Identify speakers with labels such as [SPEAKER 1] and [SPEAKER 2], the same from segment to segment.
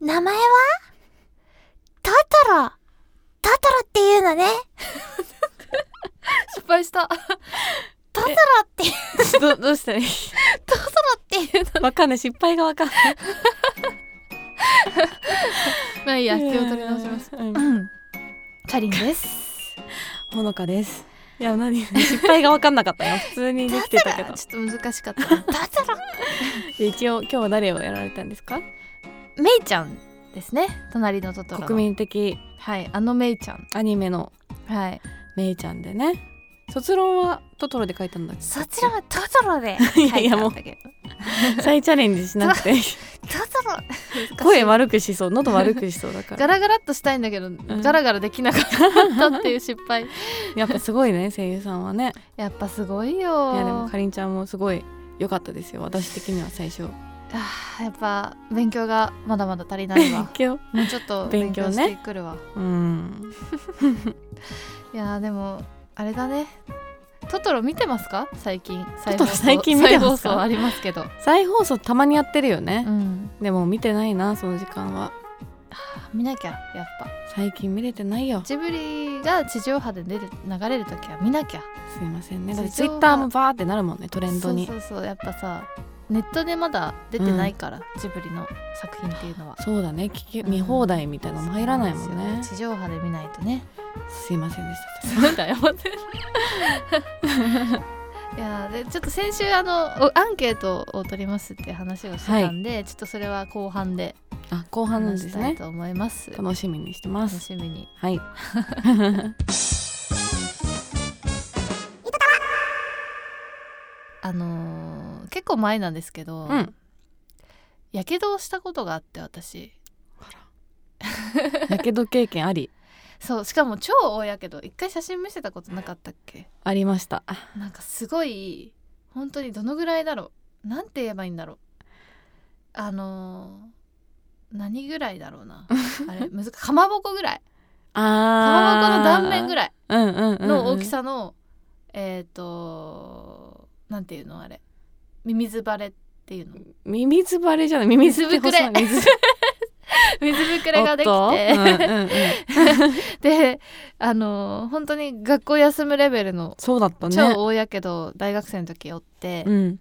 [SPEAKER 1] 名前はトトロ。トトロっていうのね。
[SPEAKER 2] 失敗した。
[SPEAKER 1] トトロっていう、
[SPEAKER 3] どどうしたらいい
[SPEAKER 1] トトロっていうの。
[SPEAKER 3] わかんない失敗がわかんない
[SPEAKER 2] まあいいや、必要取り直します。
[SPEAKER 3] うん
[SPEAKER 2] うん。チャリ ンです。
[SPEAKER 3] ほのかですいや何失敗がわかんなかったよ普通にできてたけど
[SPEAKER 2] ちょっと難し かったな。
[SPEAKER 1] トトロ。
[SPEAKER 3] で一応今日は誰をやられたんですか
[SPEAKER 2] メイちゃんですね。隣のトトロの。
[SPEAKER 3] 国民的
[SPEAKER 2] はい、あのメイちゃん。
[SPEAKER 3] アニメの
[SPEAKER 2] はい。
[SPEAKER 3] めいちゃんでね卒論はトトロで書いたんだっけ
[SPEAKER 1] そちらはトト ロで
[SPEAKER 3] い
[SPEAKER 1] 書
[SPEAKER 3] やい
[SPEAKER 1] い
[SPEAKER 3] や
[SPEAKER 1] た
[SPEAKER 3] も
[SPEAKER 1] ん
[SPEAKER 3] う
[SPEAKER 1] だけど。
[SPEAKER 3] 再チャレンジしなくて
[SPEAKER 1] ト トロ。
[SPEAKER 3] 声悪くしそう喉悪くしそうだか
[SPEAKER 2] ガ
[SPEAKER 3] ら
[SPEAKER 2] ラガラっとしたいんだけど、ガラガラできなかったっていう失敗。
[SPEAKER 3] やっぱすごいね声優さんはね
[SPEAKER 2] やっぱすごい
[SPEAKER 3] い
[SPEAKER 2] よ。
[SPEAKER 3] やでもかりんちゃんもすごい良かったですよ私的には最初
[SPEAKER 2] あーやっぱ勉強がまだまだ足りない わ。
[SPEAKER 3] 強
[SPEAKER 2] もうちょっと勉
[SPEAKER 3] 勉強
[SPEAKER 2] 強
[SPEAKER 3] ね
[SPEAKER 2] してくるわ。
[SPEAKER 3] うん
[SPEAKER 2] いやーでもあれだね。トトロ見てますか最近再
[SPEAKER 3] トトロ
[SPEAKER 2] 放送
[SPEAKER 3] 最近見てますか
[SPEAKER 2] 再放送あります けど、
[SPEAKER 3] 再放送たまにやってるよ
[SPEAKER 2] う
[SPEAKER 3] ね、
[SPEAKER 2] ん、
[SPEAKER 3] でも見てないなその時間は
[SPEAKER 2] 見なきゃやっぱ
[SPEAKER 3] 最近見れてないよ
[SPEAKER 2] ジブリが地上波で出て流れる時は見なきゃ
[SPEAKER 3] すいませんね
[SPEAKER 2] 地上
[SPEAKER 3] だっ
[SPEAKER 2] 波
[SPEAKER 3] てツイッターもバーってなるもんねトレンドにそ
[SPEAKER 2] そううそうそうやっぱさネットでまだ出てないから、ジブリの作品っていうのは
[SPEAKER 3] だね聞き
[SPEAKER 2] うん
[SPEAKER 3] 見放題みたいなのも入らないもん
[SPEAKER 2] そうな
[SPEAKER 3] ね
[SPEAKER 2] ですよ地上波で見ないとね
[SPEAKER 3] すいませんでした
[SPEAKER 2] そうだよ いやーでちょっと先週あのおアンケートを取りますって話をしてたんで、ちょっとそれは後半で
[SPEAKER 3] あ後半なん
[SPEAKER 2] 話
[SPEAKER 3] で
[SPEAKER 2] し
[SPEAKER 3] す
[SPEAKER 2] たい
[SPEAKER 3] ね
[SPEAKER 2] と思います
[SPEAKER 3] 楽しみにしてま
[SPEAKER 2] 楽
[SPEAKER 3] す
[SPEAKER 2] しみに
[SPEAKER 3] はい
[SPEAKER 2] あのー結構前なんですけど、
[SPEAKER 3] うん
[SPEAKER 2] やけどをしたことがあって私
[SPEAKER 3] やけど経験あり
[SPEAKER 2] そうしかも超大やけど一回写真見せたことなかったっけ
[SPEAKER 3] ありました
[SPEAKER 2] なんかすごい本当にどのぐらいだろうなんて言えばいいんだろうあのー何ぐらいだろう なあれ難しいかまぼこぐらいか
[SPEAKER 3] あ
[SPEAKER 2] ま
[SPEAKER 3] ー
[SPEAKER 2] ぼこの断面ぐらい
[SPEAKER 3] うんうんうんうん
[SPEAKER 2] の大きさの、えっ、となんていうのあれミミズバレっていうの
[SPEAKER 3] ミミズバレじゃないミミズって細
[SPEAKER 2] 水ぶ
[SPEAKER 3] い
[SPEAKER 2] くれ
[SPEAKER 3] 水ぶ
[SPEAKER 2] 水ぶくれができ
[SPEAKER 3] おっと
[SPEAKER 2] て、
[SPEAKER 3] うんうんうん
[SPEAKER 2] であのー本当に学校休むレベルの
[SPEAKER 3] そうだったね
[SPEAKER 2] 超大やけど大学生の時おって、
[SPEAKER 3] うん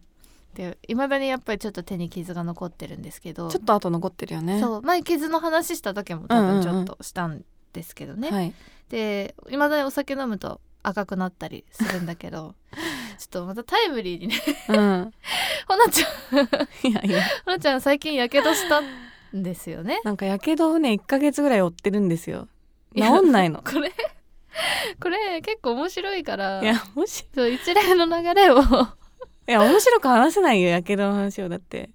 [SPEAKER 2] でいまだにやっぱりちょっと手に傷が残ってるんですけど
[SPEAKER 3] ちょっと後残ってるよね
[SPEAKER 2] そう前傷の話した時も多分ちょっとしたんですけどね、
[SPEAKER 3] はい
[SPEAKER 2] でいまだにお酒飲むと赤くなったりするんだけ どちょっとまたタイムリーにね
[SPEAKER 3] うん
[SPEAKER 2] ほなちゃん
[SPEAKER 3] いやいや
[SPEAKER 2] ほなちゃん最近やけどしたんですよね
[SPEAKER 3] なんかやけどをね1ヶ月ぐらい負ってるんですよ
[SPEAKER 2] い
[SPEAKER 3] 治
[SPEAKER 2] や
[SPEAKER 3] んない の
[SPEAKER 2] これこれ結構面白いから
[SPEAKER 3] いやもし
[SPEAKER 2] そう一連の流れを
[SPEAKER 3] いや面白く話せないよやけどの話をだって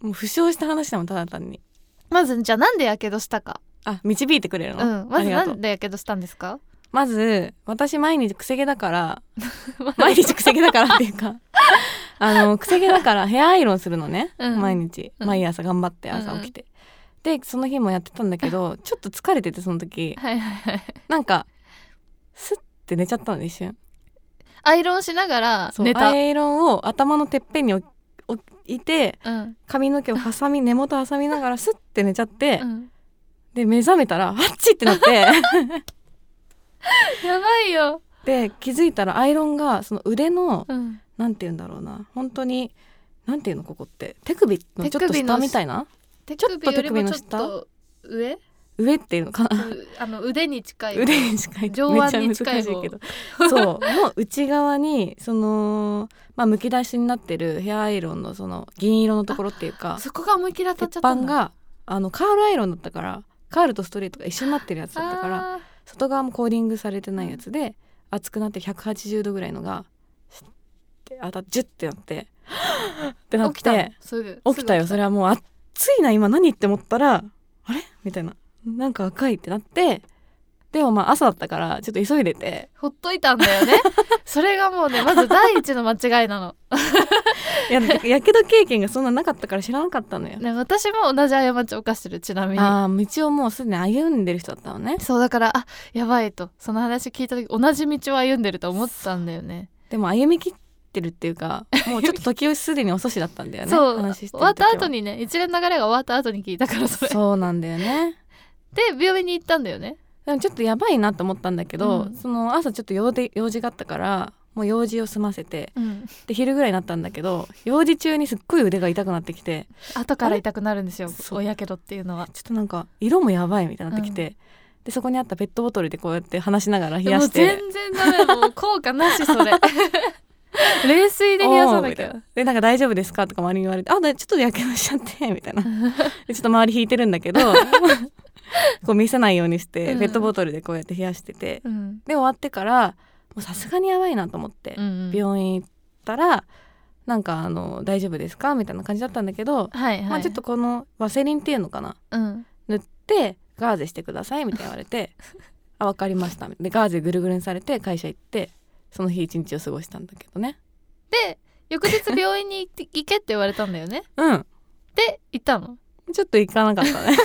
[SPEAKER 3] もう負傷した話だもんただ単に
[SPEAKER 2] まずじゃあなんでやけどしたか、
[SPEAKER 3] あ導いてくれる
[SPEAKER 2] う
[SPEAKER 3] の、
[SPEAKER 2] ん、ま
[SPEAKER 3] あ
[SPEAKER 2] ず
[SPEAKER 3] りが
[SPEAKER 2] な
[SPEAKER 3] とうん
[SPEAKER 2] でやけどしたんですか
[SPEAKER 3] まず私毎日くせ毛だから 毎日くせ毛だからっていうかあのくせ毛だからヘアアイロンするのね、
[SPEAKER 2] うん
[SPEAKER 3] 毎日
[SPEAKER 2] うん
[SPEAKER 3] 毎朝頑張って朝起きて、でその日もやってたんだ けどちょっと疲れててその時
[SPEAKER 2] はいはいはい
[SPEAKER 3] なんかスッて寝ちゃったのね一瞬
[SPEAKER 2] アイロンしながら
[SPEAKER 3] そう
[SPEAKER 2] 寝た
[SPEAKER 3] アイロンを頭のてっぺんに置置いて
[SPEAKER 2] うん
[SPEAKER 3] 髪の毛を挟み根元挟みながらスッて寝ちゃって、
[SPEAKER 2] うん、
[SPEAKER 3] で目覚めたら「あっち!」ってなって
[SPEAKER 2] やばいよ、
[SPEAKER 3] で気づいたらアイロンがその腕の
[SPEAKER 2] うん、
[SPEAKER 3] なんて言うんだろうな本当になんていうのここって手首のちょっと
[SPEAKER 2] 手首の
[SPEAKER 3] 下みたいな
[SPEAKER 2] 手
[SPEAKER 3] ちょっと
[SPEAKER 2] 首よりも
[SPEAKER 3] 手首の
[SPEAKER 2] ちょっ
[SPEAKER 3] 下
[SPEAKER 2] と上
[SPEAKER 3] 上っていうのかな
[SPEAKER 2] うあの腕に近い
[SPEAKER 3] 腕に近い
[SPEAKER 2] 上腕に近い
[SPEAKER 3] めっちゃ難しいけどそうの内側にその、まあ、むき出しになってるヘアアイロンのその銀色のところっていうか
[SPEAKER 2] そこが思いっきり当たっ
[SPEAKER 3] 鉄
[SPEAKER 2] ちゃった
[SPEAKER 3] 板
[SPEAKER 2] んだ
[SPEAKER 3] があのカールアイロンだったからカールとストレートが一緒になってるやつだったから
[SPEAKER 2] あ
[SPEAKER 3] 外側もコーディングされてないやつで熱くなって180度ぐらいのがシュッて当たっジュッてなってってな
[SPEAKER 2] ー
[SPEAKER 3] っ
[SPEAKER 2] 起きたの
[SPEAKER 3] て
[SPEAKER 2] すぐ
[SPEAKER 3] 起きたよそれはもう暑いな今何って思ったらあれみたいななんか赤いってなってでもまあ朝だったからちょっと急いでて
[SPEAKER 2] ほっといたんだよねそれがもうねまず第一の間違いなの
[SPEAKER 3] いややけど経験がそんななかったから知らなかったのよ。
[SPEAKER 2] ね私も同じ過ちを犯してるちなみに
[SPEAKER 3] ああ道をもうすでに歩んでる人だったのね
[SPEAKER 2] そうだからあやばいとその話聞いた時同じ道を歩んでると思ったんだよね
[SPEAKER 3] でも歩み切っってるっていう かもうちょっと時をすでに遅しだったんだよね
[SPEAKER 2] そう
[SPEAKER 3] 話して
[SPEAKER 2] 終
[SPEAKER 3] る時
[SPEAKER 2] わ
[SPEAKER 3] は
[SPEAKER 2] った後にね一連の流れが終わった後に聞いたからそれ
[SPEAKER 3] そうなんだよね
[SPEAKER 2] で病院に行ったんだよね
[SPEAKER 3] でもちょっとやばいなと思ったんだけど、
[SPEAKER 2] うん
[SPEAKER 3] その朝ちょっと用で用事があったからもう用事を済ませて
[SPEAKER 2] うん
[SPEAKER 3] で昼ぐらいになったんだけど用事中にすっごい腕が痛くなってきて
[SPEAKER 2] 後から痛くなるんですよ
[SPEAKER 3] そう
[SPEAKER 2] おやけどっていうのは
[SPEAKER 3] ちょっとなんか色もやばいみたいになってきて、でそこにあったペットボトルでこうやって話しながら冷
[SPEAKER 2] でも
[SPEAKER 3] や
[SPEAKER 2] う
[SPEAKER 3] して
[SPEAKER 2] 全然ダメもう効果なしそ れ冷水で冷やさなき
[SPEAKER 3] おーみたい
[SPEAKER 2] ゃ
[SPEAKER 3] なでなんか大丈夫ですかとか周りに言われてあだちょっとやけどしちゃってみたいなでちょっと周り引いてるんだ けどこう見せないようにして、
[SPEAKER 2] うん
[SPEAKER 3] ペットボトルでこうやって冷やしてて
[SPEAKER 2] うん
[SPEAKER 3] で終わってからもうさすがにやばいなと思って
[SPEAKER 2] う、んうん
[SPEAKER 3] 病院行ったらなんかあの大丈夫ですかみたいな感じだったんだけど、
[SPEAKER 2] はいはい
[SPEAKER 3] まあちょっとこのワセリンっていうのかな
[SPEAKER 2] うん
[SPEAKER 3] 塗ってガーゼしてくださいみたいな言われ てあ分かりましたみたいなでガーゼぐるぐるにされて会社行ってその日一日を過ごしたんだけどね
[SPEAKER 2] で翌日病院に行って行けって言われたんだよね
[SPEAKER 3] うん
[SPEAKER 2] で行ったの
[SPEAKER 3] ちょっと行かなかったね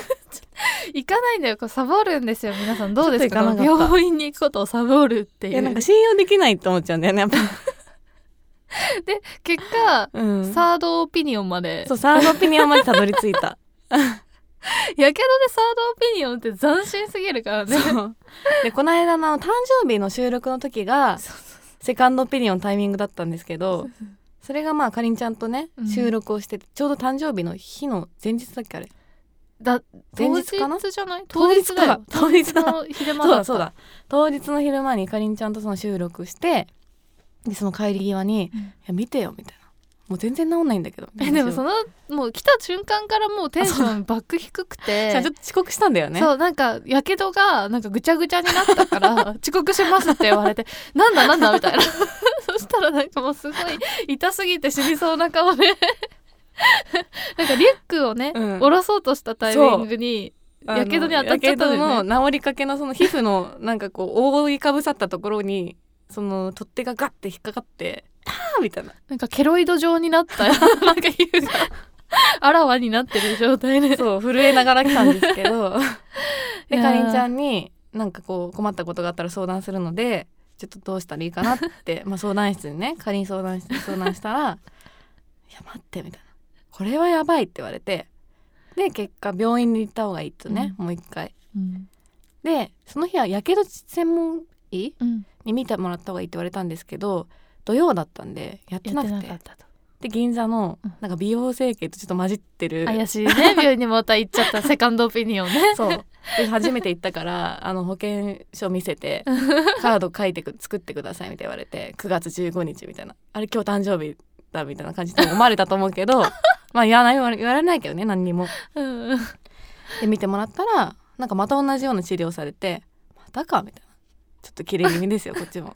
[SPEAKER 2] 行かないんだよこれサボるんですよ皆さんどうですか
[SPEAKER 3] ちょっと行かなかった
[SPEAKER 2] 病院に行くことをサボるって
[SPEAKER 3] い
[SPEAKER 2] いう
[SPEAKER 3] やなんか信用できないって思っちゃうんだよねやっぱ、
[SPEAKER 2] 結果
[SPEAKER 3] うん、
[SPEAKER 2] サードオピニオンまで
[SPEAKER 3] そうサードオピニオンまでたどり着 いた
[SPEAKER 2] やけどでサードオピニオンって斬新すぎるからね
[SPEAKER 3] そうでこの間の誕生日の収録の時が
[SPEAKER 2] そう
[SPEAKER 3] セカンドオピニオンのタイミングだったんですけどそれがまあかりんちゃんとね
[SPEAKER 2] うん
[SPEAKER 3] 収録をしてて、ちょうど誕生日の日の前日だっけあれ
[SPEAKER 2] だ
[SPEAKER 3] 前
[SPEAKER 2] 前
[SPEAKER 3] 日
[SPEAKER 2] 日か
[SPEAKER 3] かな
[SPEAKER 2] な当日じゃない
[SPEAKER 3] 当日
[SPEAKER 2] だ
[SPEAKER 3] か
[SPEAKER 2] よ
[SPEAKER 3] 当日だ
[SPEAKER 2] の昼間
[SPEAKER 3] そう
[SPEAKER 2] だ
[SPEAKER 3] だそうだ当日の昼間にかりんちゃんとその収録してでその帰り際に「
[SPEAKER 2] うん
[SPEAKER 3] いや見てよ」みたいな「もう全然治んないんだけど」
[SPEAKER 2] えでもそ
[SPEAKER 3] の
[SPEAKER 2] のもう来た瞬間からもうテンションバック低くて
[SPEAKER 3] ちょっと遅刻したんだよね
[SPEAKER 2] そうなんかやけどがなんかぐちゃぐちゃになったから 遅刻しますって言われてなんだなんだみたいな そしたらなんかもうすごい痛すぎて死にそうな顔で なんかリュックをね、
[SPEAKER 3] うん
[SPEAKER 2] 下ろそうとしたタイミングに
[SPEAKER 3] あの
[SPEAKER 2] やけどに当たっちゃったんだよね
[SPEAKER 3] やけどの治りかけのその皮膚のなんかこう覆いかぶさったところにその取っ手がガッて引っかかって「あー」みたいな
[SPEAKER 2] なんかケロイド状になった なんか皮膚があらわになってる状態で
[SPEAKER 3] そう震えながら来たんですけど で
[SPEAKER 2] いや
[SPEAKER 3] か
[SPEAKER 2] ー
[SPEAKER 3] りんちゃんになんかこう困ったことがあったら相談するのでちょっとどうしたらいいかなって、 まあ、相談室にねかりん相談室に相談したら 「いや待って」みたいな「これはやばい」って言われてで結果病院に行った方がいいとね、もう一回
[SPEAKER 2] うん、
[SPEAKER 3] でその日はやけど専門医
[SPEAKER 2] うん、
[SPEAKER 3] に見てもらった方がいいって言われたんですけど土曜だったんでやって
[SPEAKER 2] や
[SPEAKER 3] な
[SPEAKER 2] って
[SPEAKER 3] くて
[SPEAKER 2] なかったと
[SPEAKER 3] で銀座の
[SPEAKER 2] うん
[SPEAKER 3] なんか美容整形とちょっと混じってる、
[SPEAKER 2] 怪しいね病院にまた行っちゃったセカンドオピニオンね
[SPEAKER 3] そうで初めて行ったからあの保険証見せ てカード書いてく作ってくださいみたいな言われて9月15日みたいなあれ今日誕生日だみたいな感じで思われたと思うけど まあ言わない言われ言われないけどね何にも。
[SPEAKER 2] うんうん
[SPEAKER 3] で見てもらったらなんかまた同じような治療されて「またか」みたいなちょっと切れ気味で すよこっちも。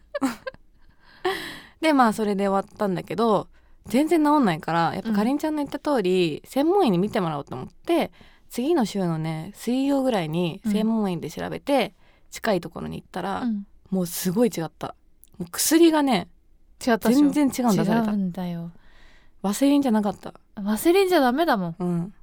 [SPEAKER 3] でまあそれで終わったんだけど全然治んないからやっぱかりんちゃんの言った通り、専門医に見てもらおうと思って次の週のね水曜ぐらいに
[SPEAKER 2] うん
[SPEAKER 3] 専門医で調べて、近いところに行ったら、
[SPEAKER 2] うん
[SPEAKER 3] もうすごい違ったもう薬がね
[SPEAKER 2] 違ったでしょ
[SPEAKER 3] 全然違うんだされ
[SPEAKER 2] 違う
[SPEAKER 3] た
[SPEAKER 2] んだよ
[SPEAKER 3] ワセリンじゃなかった
[SPEAKER 2] ワセリンじゃダメだもん
[SPEAKER 3] うん
[SPEAKER 2] も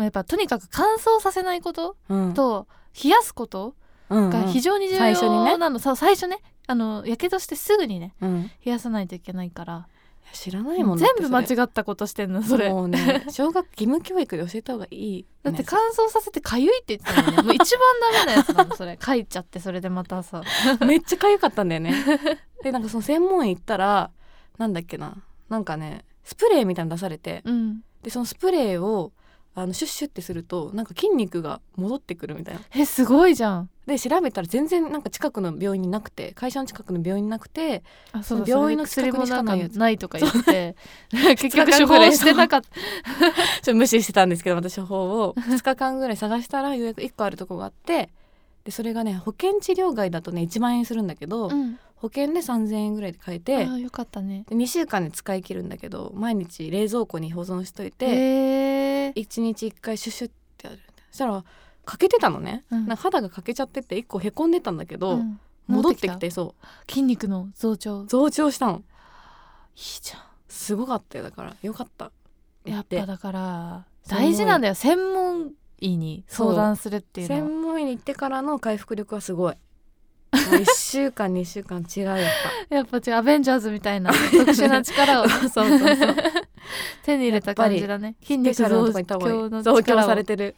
[SPEAKER 2] うやっぱとにかく乾燥させないこと
[SPEAKER 3] うん
[SPEAKER 2] と冷やすこと
[SPEAKER 3] うん
[SPEAKER 2] が非常に重
[SPEAKER 3] 最初にね
[SPEAKER 2] 要なの、そう最初ねあのやけどしてすぐにね
[SPEAKER 3] うんうんいや
[SPEAKER 2] 冷やさないといけないから
[SPEAKER 3] 知らないもんだっ
[SPEAKER 2] 全
[SPEAKER 3] て
[SPEAKER 2] 部
[SPEAKER 3] そ
[SPEAKER 2] 間
[SPEAKER 3] れ
[SPEAKER 2] 違ったことしてんのそれ
[SPEAKER 3] もうね小学義務教育で教えた方がいい、ね、
[SPEAKER 2] だって乾燥させてかゆいって言ってたのね もう一番ダメなやつなのそれかいちゃってそれでまたさ
[SPEAKER 3] めっちゃ痒かったんだよね でなんかその専門医行ったらなんだっけななんかねスプレーみたいなの出されて
[SPEAKER 2] うん
[SPEAKER 3] でそのスプレーをあのシュッシュってするとなんか筋肉が戻ってくるみたいな
[SPEAKER 2] えすごいじゃん
[SPEAKER 3] で調べたら全然なんか近くの病院になくて会社の近くの病院になくて
[SPEAKER 2] あそうだ
[SPEAKER 3] その病院
[SPEAKER 2] それで薬
[SPEAKER 3] の近くに
[SPEAKER 2] も
[SPEAKER 3] し
[SPEAKER 2] な
[SPEAKER 3] か
[SPEAKER 2] ん
[SPEAKER 3] な
[SPEAKER 2] か
[SPEAKER 3] いやつ
[SPEAKER 2] ないとか言って 結局
[SPEAKER 3] 二日
[SPEAKER 2] 処
[SPEAKER 3] 間ぐら
[SPEAKER 2] 方
[SPEAKER 3] い
[SPEAKER 2] してな かった
[SPEAKER 3] ちょっと無視してたんですけどまた処方を2日間ぐらい探したらようやく1個あるとこがあってでそれがね保険治療外だとね1万円するんだけど、
[SPEAKER 2] うん
[SPEAKER 3] 保険で3,000円ぐらいで買え
[SPEAKER 2] あ
[SPEAKER 3] て
[SPEAKER 2] ーよかったね
[SPEAKER 3] で2週間で使い切るんだけど毎日冷蔵庫に保存しといて、
[SPEAKER 2] へえ
[SPEAKER 3] 一1日1回シュッシュってやるんだよそしたら欠けてたのね、
[SPEAKER 2] うん
[SPEAKER 3] なんか肌が欠けちゃってて1個へこんでたんだけど、
[SPEAKER 2] うん
[SPEAKER 3] 戻ってき
[SPEAKER 2] 戻って
[SPEAKER 3] てそう
[SPEAKER 2] 筋肉の増長いい
[SPEAKER 3] 増長したの
[SPEAKER 2] じゃ
[SPEAKER 3] すごかったよだからよかった
[SPEAKER 2] んやっ
[SPEAKER 3] で
[SPEAKER 2] ぱだから大事なんだよ専門医に相談するっていうのは
[SPEAKER 3] 専門医に行ってからの回復力はすごい1週間2週間違うやっ
[SPEAKER 2] やっぱ違うアベンジャーズみたい な特殊な力 を
[SPEAKER 3] ぱそうそう そう
[SPEAKER 2] 手に入れた感じだね筋
[SPEAKER 3] スペ
[SPEAKER 2] 肉
[SPEAKER 3] シャルの
[SPEAKER 2] 増
[SPEAKER 3] とこ行った方がい
[SPEAKER 2] 強
[SPEAKER 3] い
[SPEAKER 2] の
[SPEAKER 3] 増強さ
[SPEAKER 2] 力
[SPEAKER 3] れ
[SPEAKER 2] を
[SPEAKER 3] てる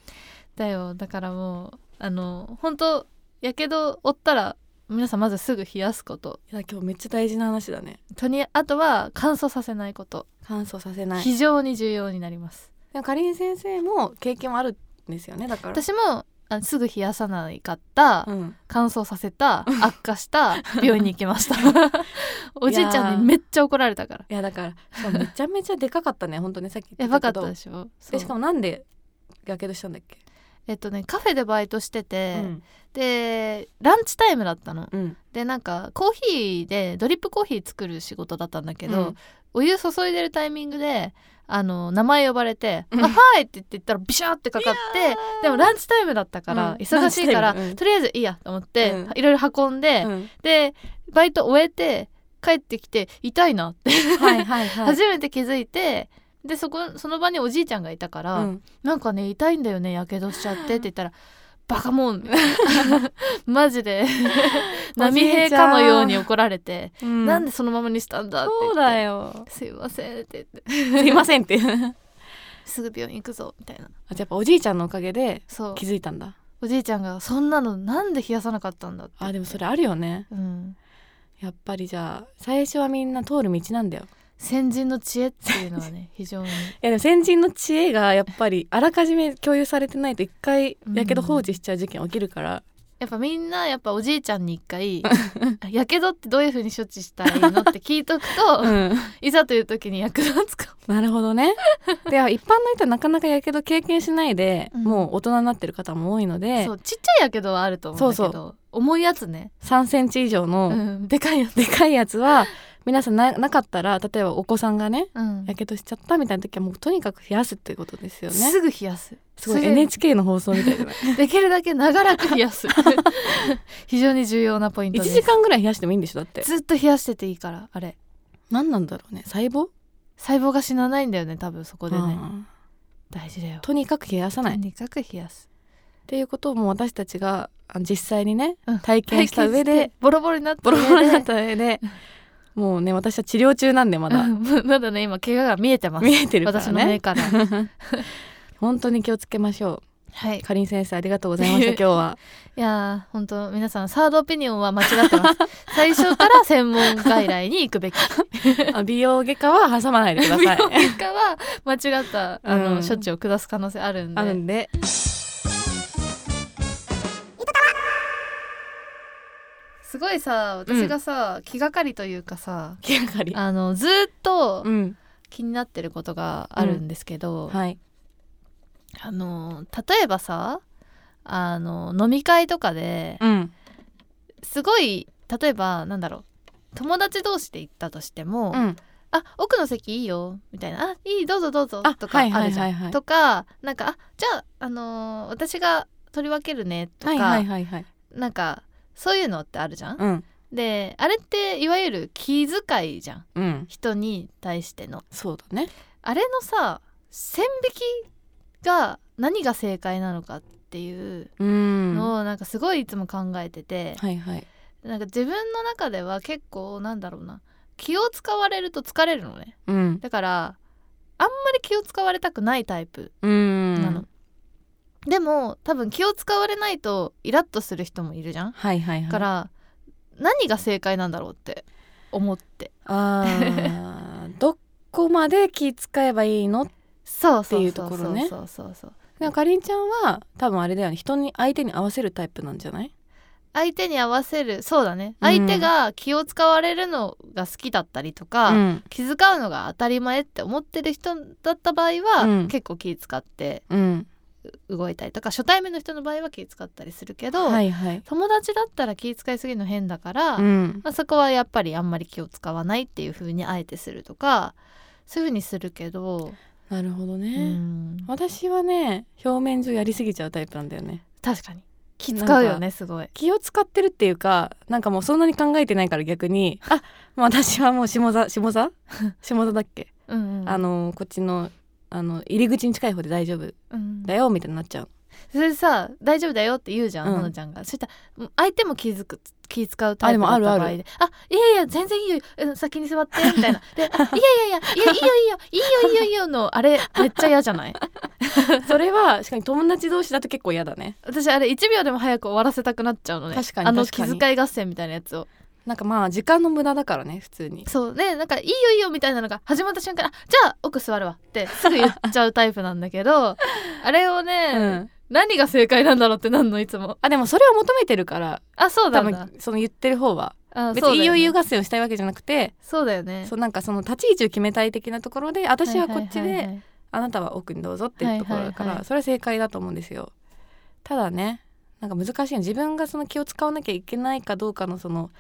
[SPEAKER 2] だよだからもうあの本当やけど負ったら皆さんまずすぐ冷やすこと
[SPEAKER 3] いや今日めっちゃ大事な話だね
[SPEAKER 2] とにあとは乾燥させないこと、
[SPEAKER 3] 乾燥させない
[SPEAKER 2] 非常に重要になります
[SPEAKER 3] でもかりん先生も経験もあるんですよねだから
[SPEAKER 2] 私もあすぐ冷やさないかった、
[SPEAKER 3] うん
[SPEAKER 2] 乾燥させた悪化 した病院に行きましたおじいちゃんにめっちゃ怒られたから
[SPEAKER 3] いや だからしかもめちゃめちゃでかかったね本当ねさっき言
[SPEAKER 2] や
[SPEAKER 3] って
[SPEAKER 2] ば
[SPEAKER 3] た
[SPEAKER 2] かっ
[SPEAKER 3] けど
[SPEAKER 2] たでしょそう
[SPEAKER 3] えしかもなんでやけどしたんだっけ、
[SPEAKER 2] えっとねカフェでバイトしてて、
[SPEAKER 3] うん
[SPEAKER 2] でランチタイムだったの
[SPEAKER 3] うん
[SPEAKER 2] でなんかコーヒーでドリップコーヒー作る仕事だったんだけど、
[SPEAKER 3] うん
[SPEAKER 2] お湯注いでるタイミングであの名前呼ばれて「
[SPEAKER 3] うん
[SPEAKER 2] あはい!」って言って言ったらビシャーってかかってでもランチタイムだったから、
[SPEAKER 3] うん
[SPEAKER 2] 忙しいか
[SPEAKER 3] ラ
[SPEAKER 2] ら、
[SPEAKER 3] ンチタイムうん
[SPEAKER 2] とりあえずいいやと思って、
[SPEAKER 3] うん
[SPEAKER 2] いろいろ運んで、
[SPEAKER 3] うん
[SPEAKER 2] でバイト終えて帰ってきて痛いなって、
[SPEAKER 3] はいはいはい
[SPEAKER 2] 初めて気づいてでそこその場におじいちゃんがいたから、
[SPEAKER 3] うん
[SPEAKER 2] なんかね痛いんだよねやけどしちゃってって言ったら「バカもん」 マジ で波平かのように怒られて「
[SPEAKER 3] うん
[SPEAKER 2] なんでそのままにしたんだ」って言って
[SPEAKER 3] そうだよ
[SPEAKER 2] すいません」って言って
[SPEAKER 3] すいませんってあ
[SPEAKER 2] 「すぐ病院行くぞ」みたいな
[SPEAKER 3] じゃあやっぱおじいちゃんのおかげで
[SPEAKER 2] そう
[SPEAKER 3] 気づいたんだ
[SPEAKER 2] おじいちゃんが「そんなのなんで冷やさなかったんだ」って
[SPEAKER 3] あでもそれあるよね
[SPEAKER 2] うん、
[SPEAKER 3] やっぱりじゃあ最初はみんな通る道なんだよい
[SPEAKER 2] 先人の知恵っていうのはね 非常に
[SPEAKER 3] やでも先人の知恵がやっぱりあらかじめ共有されてないと一回
[SPEAKER 2] うん
[SPEAKER 3] やけど放置しちゃう事件起きるから、
[SPEAKER 2] やっぱみんなやっぱおじいちゃんに一 回「やけどってどういうふうに処置したらいいの?」って聞いとくと、
[SPEAKER 3] うん
[SPEAKER 2] いざという時に役立つかも。
[SPEAKER 3] なるほどねで一般の人はなかなかやけど経験しないで、
[SPEAKER 2] うん
[SPEAKER 3] もう大人になってる方も多いので
[SPEAKER 2] そうちっちゃいやけどはあると思うんだけど
[SPEAKER 3] そう
[SPEAKER 2] 重いやつね、
[SPEAKER 3] 3センチ以上の、
[SPEAKER 2] うん、でかいやつ、
[SPEAKER 3] でかいや つは皆さんななかったら例えばお子さんがね
[SPEAKER 2] うん
[SPEAKER 3] やけどしちゃったみたいな時はもうとにかく冷やすっていうことですよね
[SPEAKER 2] すぐ冷やす
[SPEAKER 3] すごい
[SPEAKER 2] それ
[SPEAKER 3] NHK の放送みた いじゃない
[SPEAKER 2] できるだけ長らく冷やす 非常に重要なポイント
[SPEAKER 3] 1
[SPEAKER 2] です
[SPEAKER 3] 時間ぐらい冷やしてもいいんでしょだって
[SPEAKER 2] ずっと冷やしてていいからあれ
[SPEAKER 3] 何なんだろうね細胞
[SPEAKER 2] 細胞が死なないんだよね多分そこでね
[SPEAKER 3] うん
[SPEAKER 2] 大事だよ
[SPEAKER 3] とにかく冷や
[SPEAKER 2] と
[SPEAKER 3] さないっ
[SPEAKER 2] にかく冷やす
[SPEAKER 3] ていうことをもう私たちがあの実際にね
[SPEAKER 2] うん
[SPEAKER 3] 体験した
[SPEAKER 2] 体
[SPEAKER 3] 上
[SPEAKER 2] 験し
[SPEAKER 3] で
[SPEAKER 2] てボロボロになった
[SPEAKER 3] ボ
[SPEAKER 2] 上
[SPEAKER 3] ロ
[SPEAKER 2] で
[SPEAKER 3] ボロになった上でもうね私は治療中なんでまだ
[SPEAKER 2] うんまだまだね今怪我が見えてます
[SPEAKER 3] 見えてるか
[SPEAKER 2] 私
[SPEAKER 3] ら
[SPEAKER 2] の目
[SPEAKER 3] ね
[SPEAKER 2] から
[SPEAKER 3] 本当に気をつけましょ
[SPEAKER 2] はいいう
[SPEAKER 3] かりん先生ありがとうございま した今日は
[SPEAKER 2] やー本当皆さんサードオピニオンは間違ってます最初から専門外来に行くべき
[SPEAKER 3] あ美容外科は挟まないでください
[SPEAKER 2] 結果は間違ったあの、
[SPEAKER 3] うん
[SPEAKER 2] 処置を下す可能性あるんで
[SPEAKER 3] あるんで
[SPEAKER 2] すごいさ私がさ、気がかりというかさ
[SPEAKER 3] 気がかり
[SPEAKER 2] あのずーっと
[SPEAKER 3] うん
[SPEAKER 2] 気になってることがあるんですけど、
[SPEAKER 3] はい
[SPEAKER 2] あの例えばさあの飲み会とかで
[SPEAKER 3] うん
[SPEAKER 2] すごい例えばなんだろう友達同士で行ったとしても「
[SPEAKER 3] うん
[SPEAKER 2] あ奥の席いいよ」みたいな「あいいどうぞどうぞ
[SPEAKER 3] あ」
[SPEAKER 2] とかあ
[SPEAKER 3] はいはい
[SPEAKER 2] るじゃ
[SPEAKER 3] はいは
[SPEAKER 2] ん。
[SPEAKER 3] い
[SPEAKER 2] とかなんか「あじゃあ、あのー私が取り分けるね」とか、
[SPEAKER 3] はいはいはいはい
[SPEAKER 2] なんかそういうのってあるじゃん。
[SPEAKER 3] うん
[SPEAKER 2] であれっていわゆる気遣いじゃん
[SPEAKER 3] うん
[SPEAKER 2] 人に対しての
[SPEAKER 3] そうだね
[SPEAKER 2] あれのさ線引きが何が正解なのかっていう
[SPEAKER 3] うん
[SPEAKER 2] のをなんかすごいいつも考えてて、
[SPEAKER 3] はいはい
[SPEAKER 2] なんか自分の中では結構なんだろうな気を使われると疲れるのね
[SPEAKER 3] うん
[SPEAKER 2] だからあんまり気を使われたくないタイプ
[SPEAKER 3] うん
[SPEAKER 2] なの、でも多分気を使われないとイラッとする人もいるじゃん
[SPEAKER 3] はいはいはい
[SPEAKER 2] だから何が正解なんだろうって思って
[SPEAKER 3] あ ーどこまで気使えばいいの
[SPEAKER 2] そうそ
[SPEAKER 3] そ
[SPEAKER 2] う
[SPEAKER 3] そうそう
[SPEAKER 2] うそうそうそうそうそう
[SPEAKER 3] でもかりんちゃんは多分あれだよね人に相手に合わせるタイプなんじゃない
[SPEAKER 2] 相手に合わせるそうだね
[SPEAKER 3] うん
[SPEAKER 2] 相手が気を使われるのが好きだったりとか、
[SPEAKER 3] うん
[SPEAKER 2] 気遣うのが当たり前って思ってる人だった場合は、
[SPEAKER 3] うん
[SPEAKER 2] 結構気使って
[SPEAKER 3] うん
[SPEAKER 2] 動いたりとか初対面の人の場合は気使ったりするけど、
[SPEAKER 3] はいはい
[SPEAKER 2] 友達だったら気遣いすぎるの変だから、
[SPEAKER 3] うん
[SPEAKER 2] まあ、そこはやっぱりあんまり気を使わないっていう風にあえてするとかそういう風にするけど、
[SPEAKER 3] なるほど
[SPEAKER 2] う
[SPEAKER 3] ね、
[SPEAKER 2] ん
[SPEAKER 3] 私はね表面上やりすぎちゃうタイプなんだよね
[SPEAKER 2] 確かに気使うよ
[SPEAKER 3] な
[SPEAKER 2] ねすごい。
[SPEAKER 3] 気を使ってるっていうかなんかもうそんなに考えてないから逆 にあもう私はもう下座下座 下座だっけ、
[SPEAKER 2] うんうん
[SPEAKER 3] あのこっちのあの入り口に近い方で大丈夫
[SPEAKER 2] うん
[SPEAKER 3] だよみたいになっちゃう
[SPEAKER 2] それさ大丈夫だよって言うじゃん、
[SPEAKER 3] うん
[SPEAKER 2] ののちゃんがそしたら相手も気づく気使うタイプだった
[SPEAKER 3] あで
[SPEAKER 2] 場
[SPEAKER 3] もあ
[SPEAKER 2] 合
[SPEAKER 3] る
[SPEAKER 2] で
[SPEAKER 3] あ
[SPEAKER 2] あ
[SPEAKER 3] る
[SPEAKER 2] いやいや全然いいようん先に座ってみたいな であいやいやいやいやいいよいいよいいよいいよいいよのあれめっちゃ嫌じゃない
[SPEAKER 3] それはしかに友達同士だと結構嫌だね
[SPEAKER 2] 私あれ1秒でも早く終わらせたくなっちゃうのね
[SPEAKER 3] 確かに
[SPEAKER 2] あの
[SPEAKER 3] 確か
[SPEAKER 2] 気
[SPEAKER 3] に
[SPEAKER 2] 遣い合戦みたいなやつを
[SPEAKER 3] なんかまあ時間の無駄だからね普通に
[SPEAKER 2] そうねなんか「いいよいいよ」みたいなのが始まった瞬間あ「じゃあ奥座るわ」ってすぐ言っちゃうタイプなんだけどあれをね、
[SPEAKER 3] うん
[SPEAKER 2] 何が正解なんだろうってなんのいつも
[SPEAKER 3] あでもそれを求めてるから
[SPEAKER 2] あそうな
[SPEAKER 3] 多
[SPEAKER 2] んだ
[SPEAKER 3] 分その言ってる方は
[SPEAKER 2] あ
[SPEAKER 3] 別にいいよいいよ
[SPEAKER 2] が
[SPEAKER 3] 合戦をしたいわけじゃなくて
[SPEAKER 2] そうだよね
[SPEAKER 3] そうなんかその立ち位置を決めたい的なところで私はこっち
[SPEAKER 2] いいい
[SPEAKER 3] で
[SPEAKER 2] い
[SPEAKER 3] あなたは奥にどうぞっていうところだ
[SPEAKER 2] は
[SPEAKER 3] か
[SPEAKER 2] いはいは
[SPEAKER 3] ら
[SPEAKER 2] い
[SPEAKER 3] それは正解だと思うんですよただねなんか難しいの自分がその気を使わなきゃいけないかどうかのその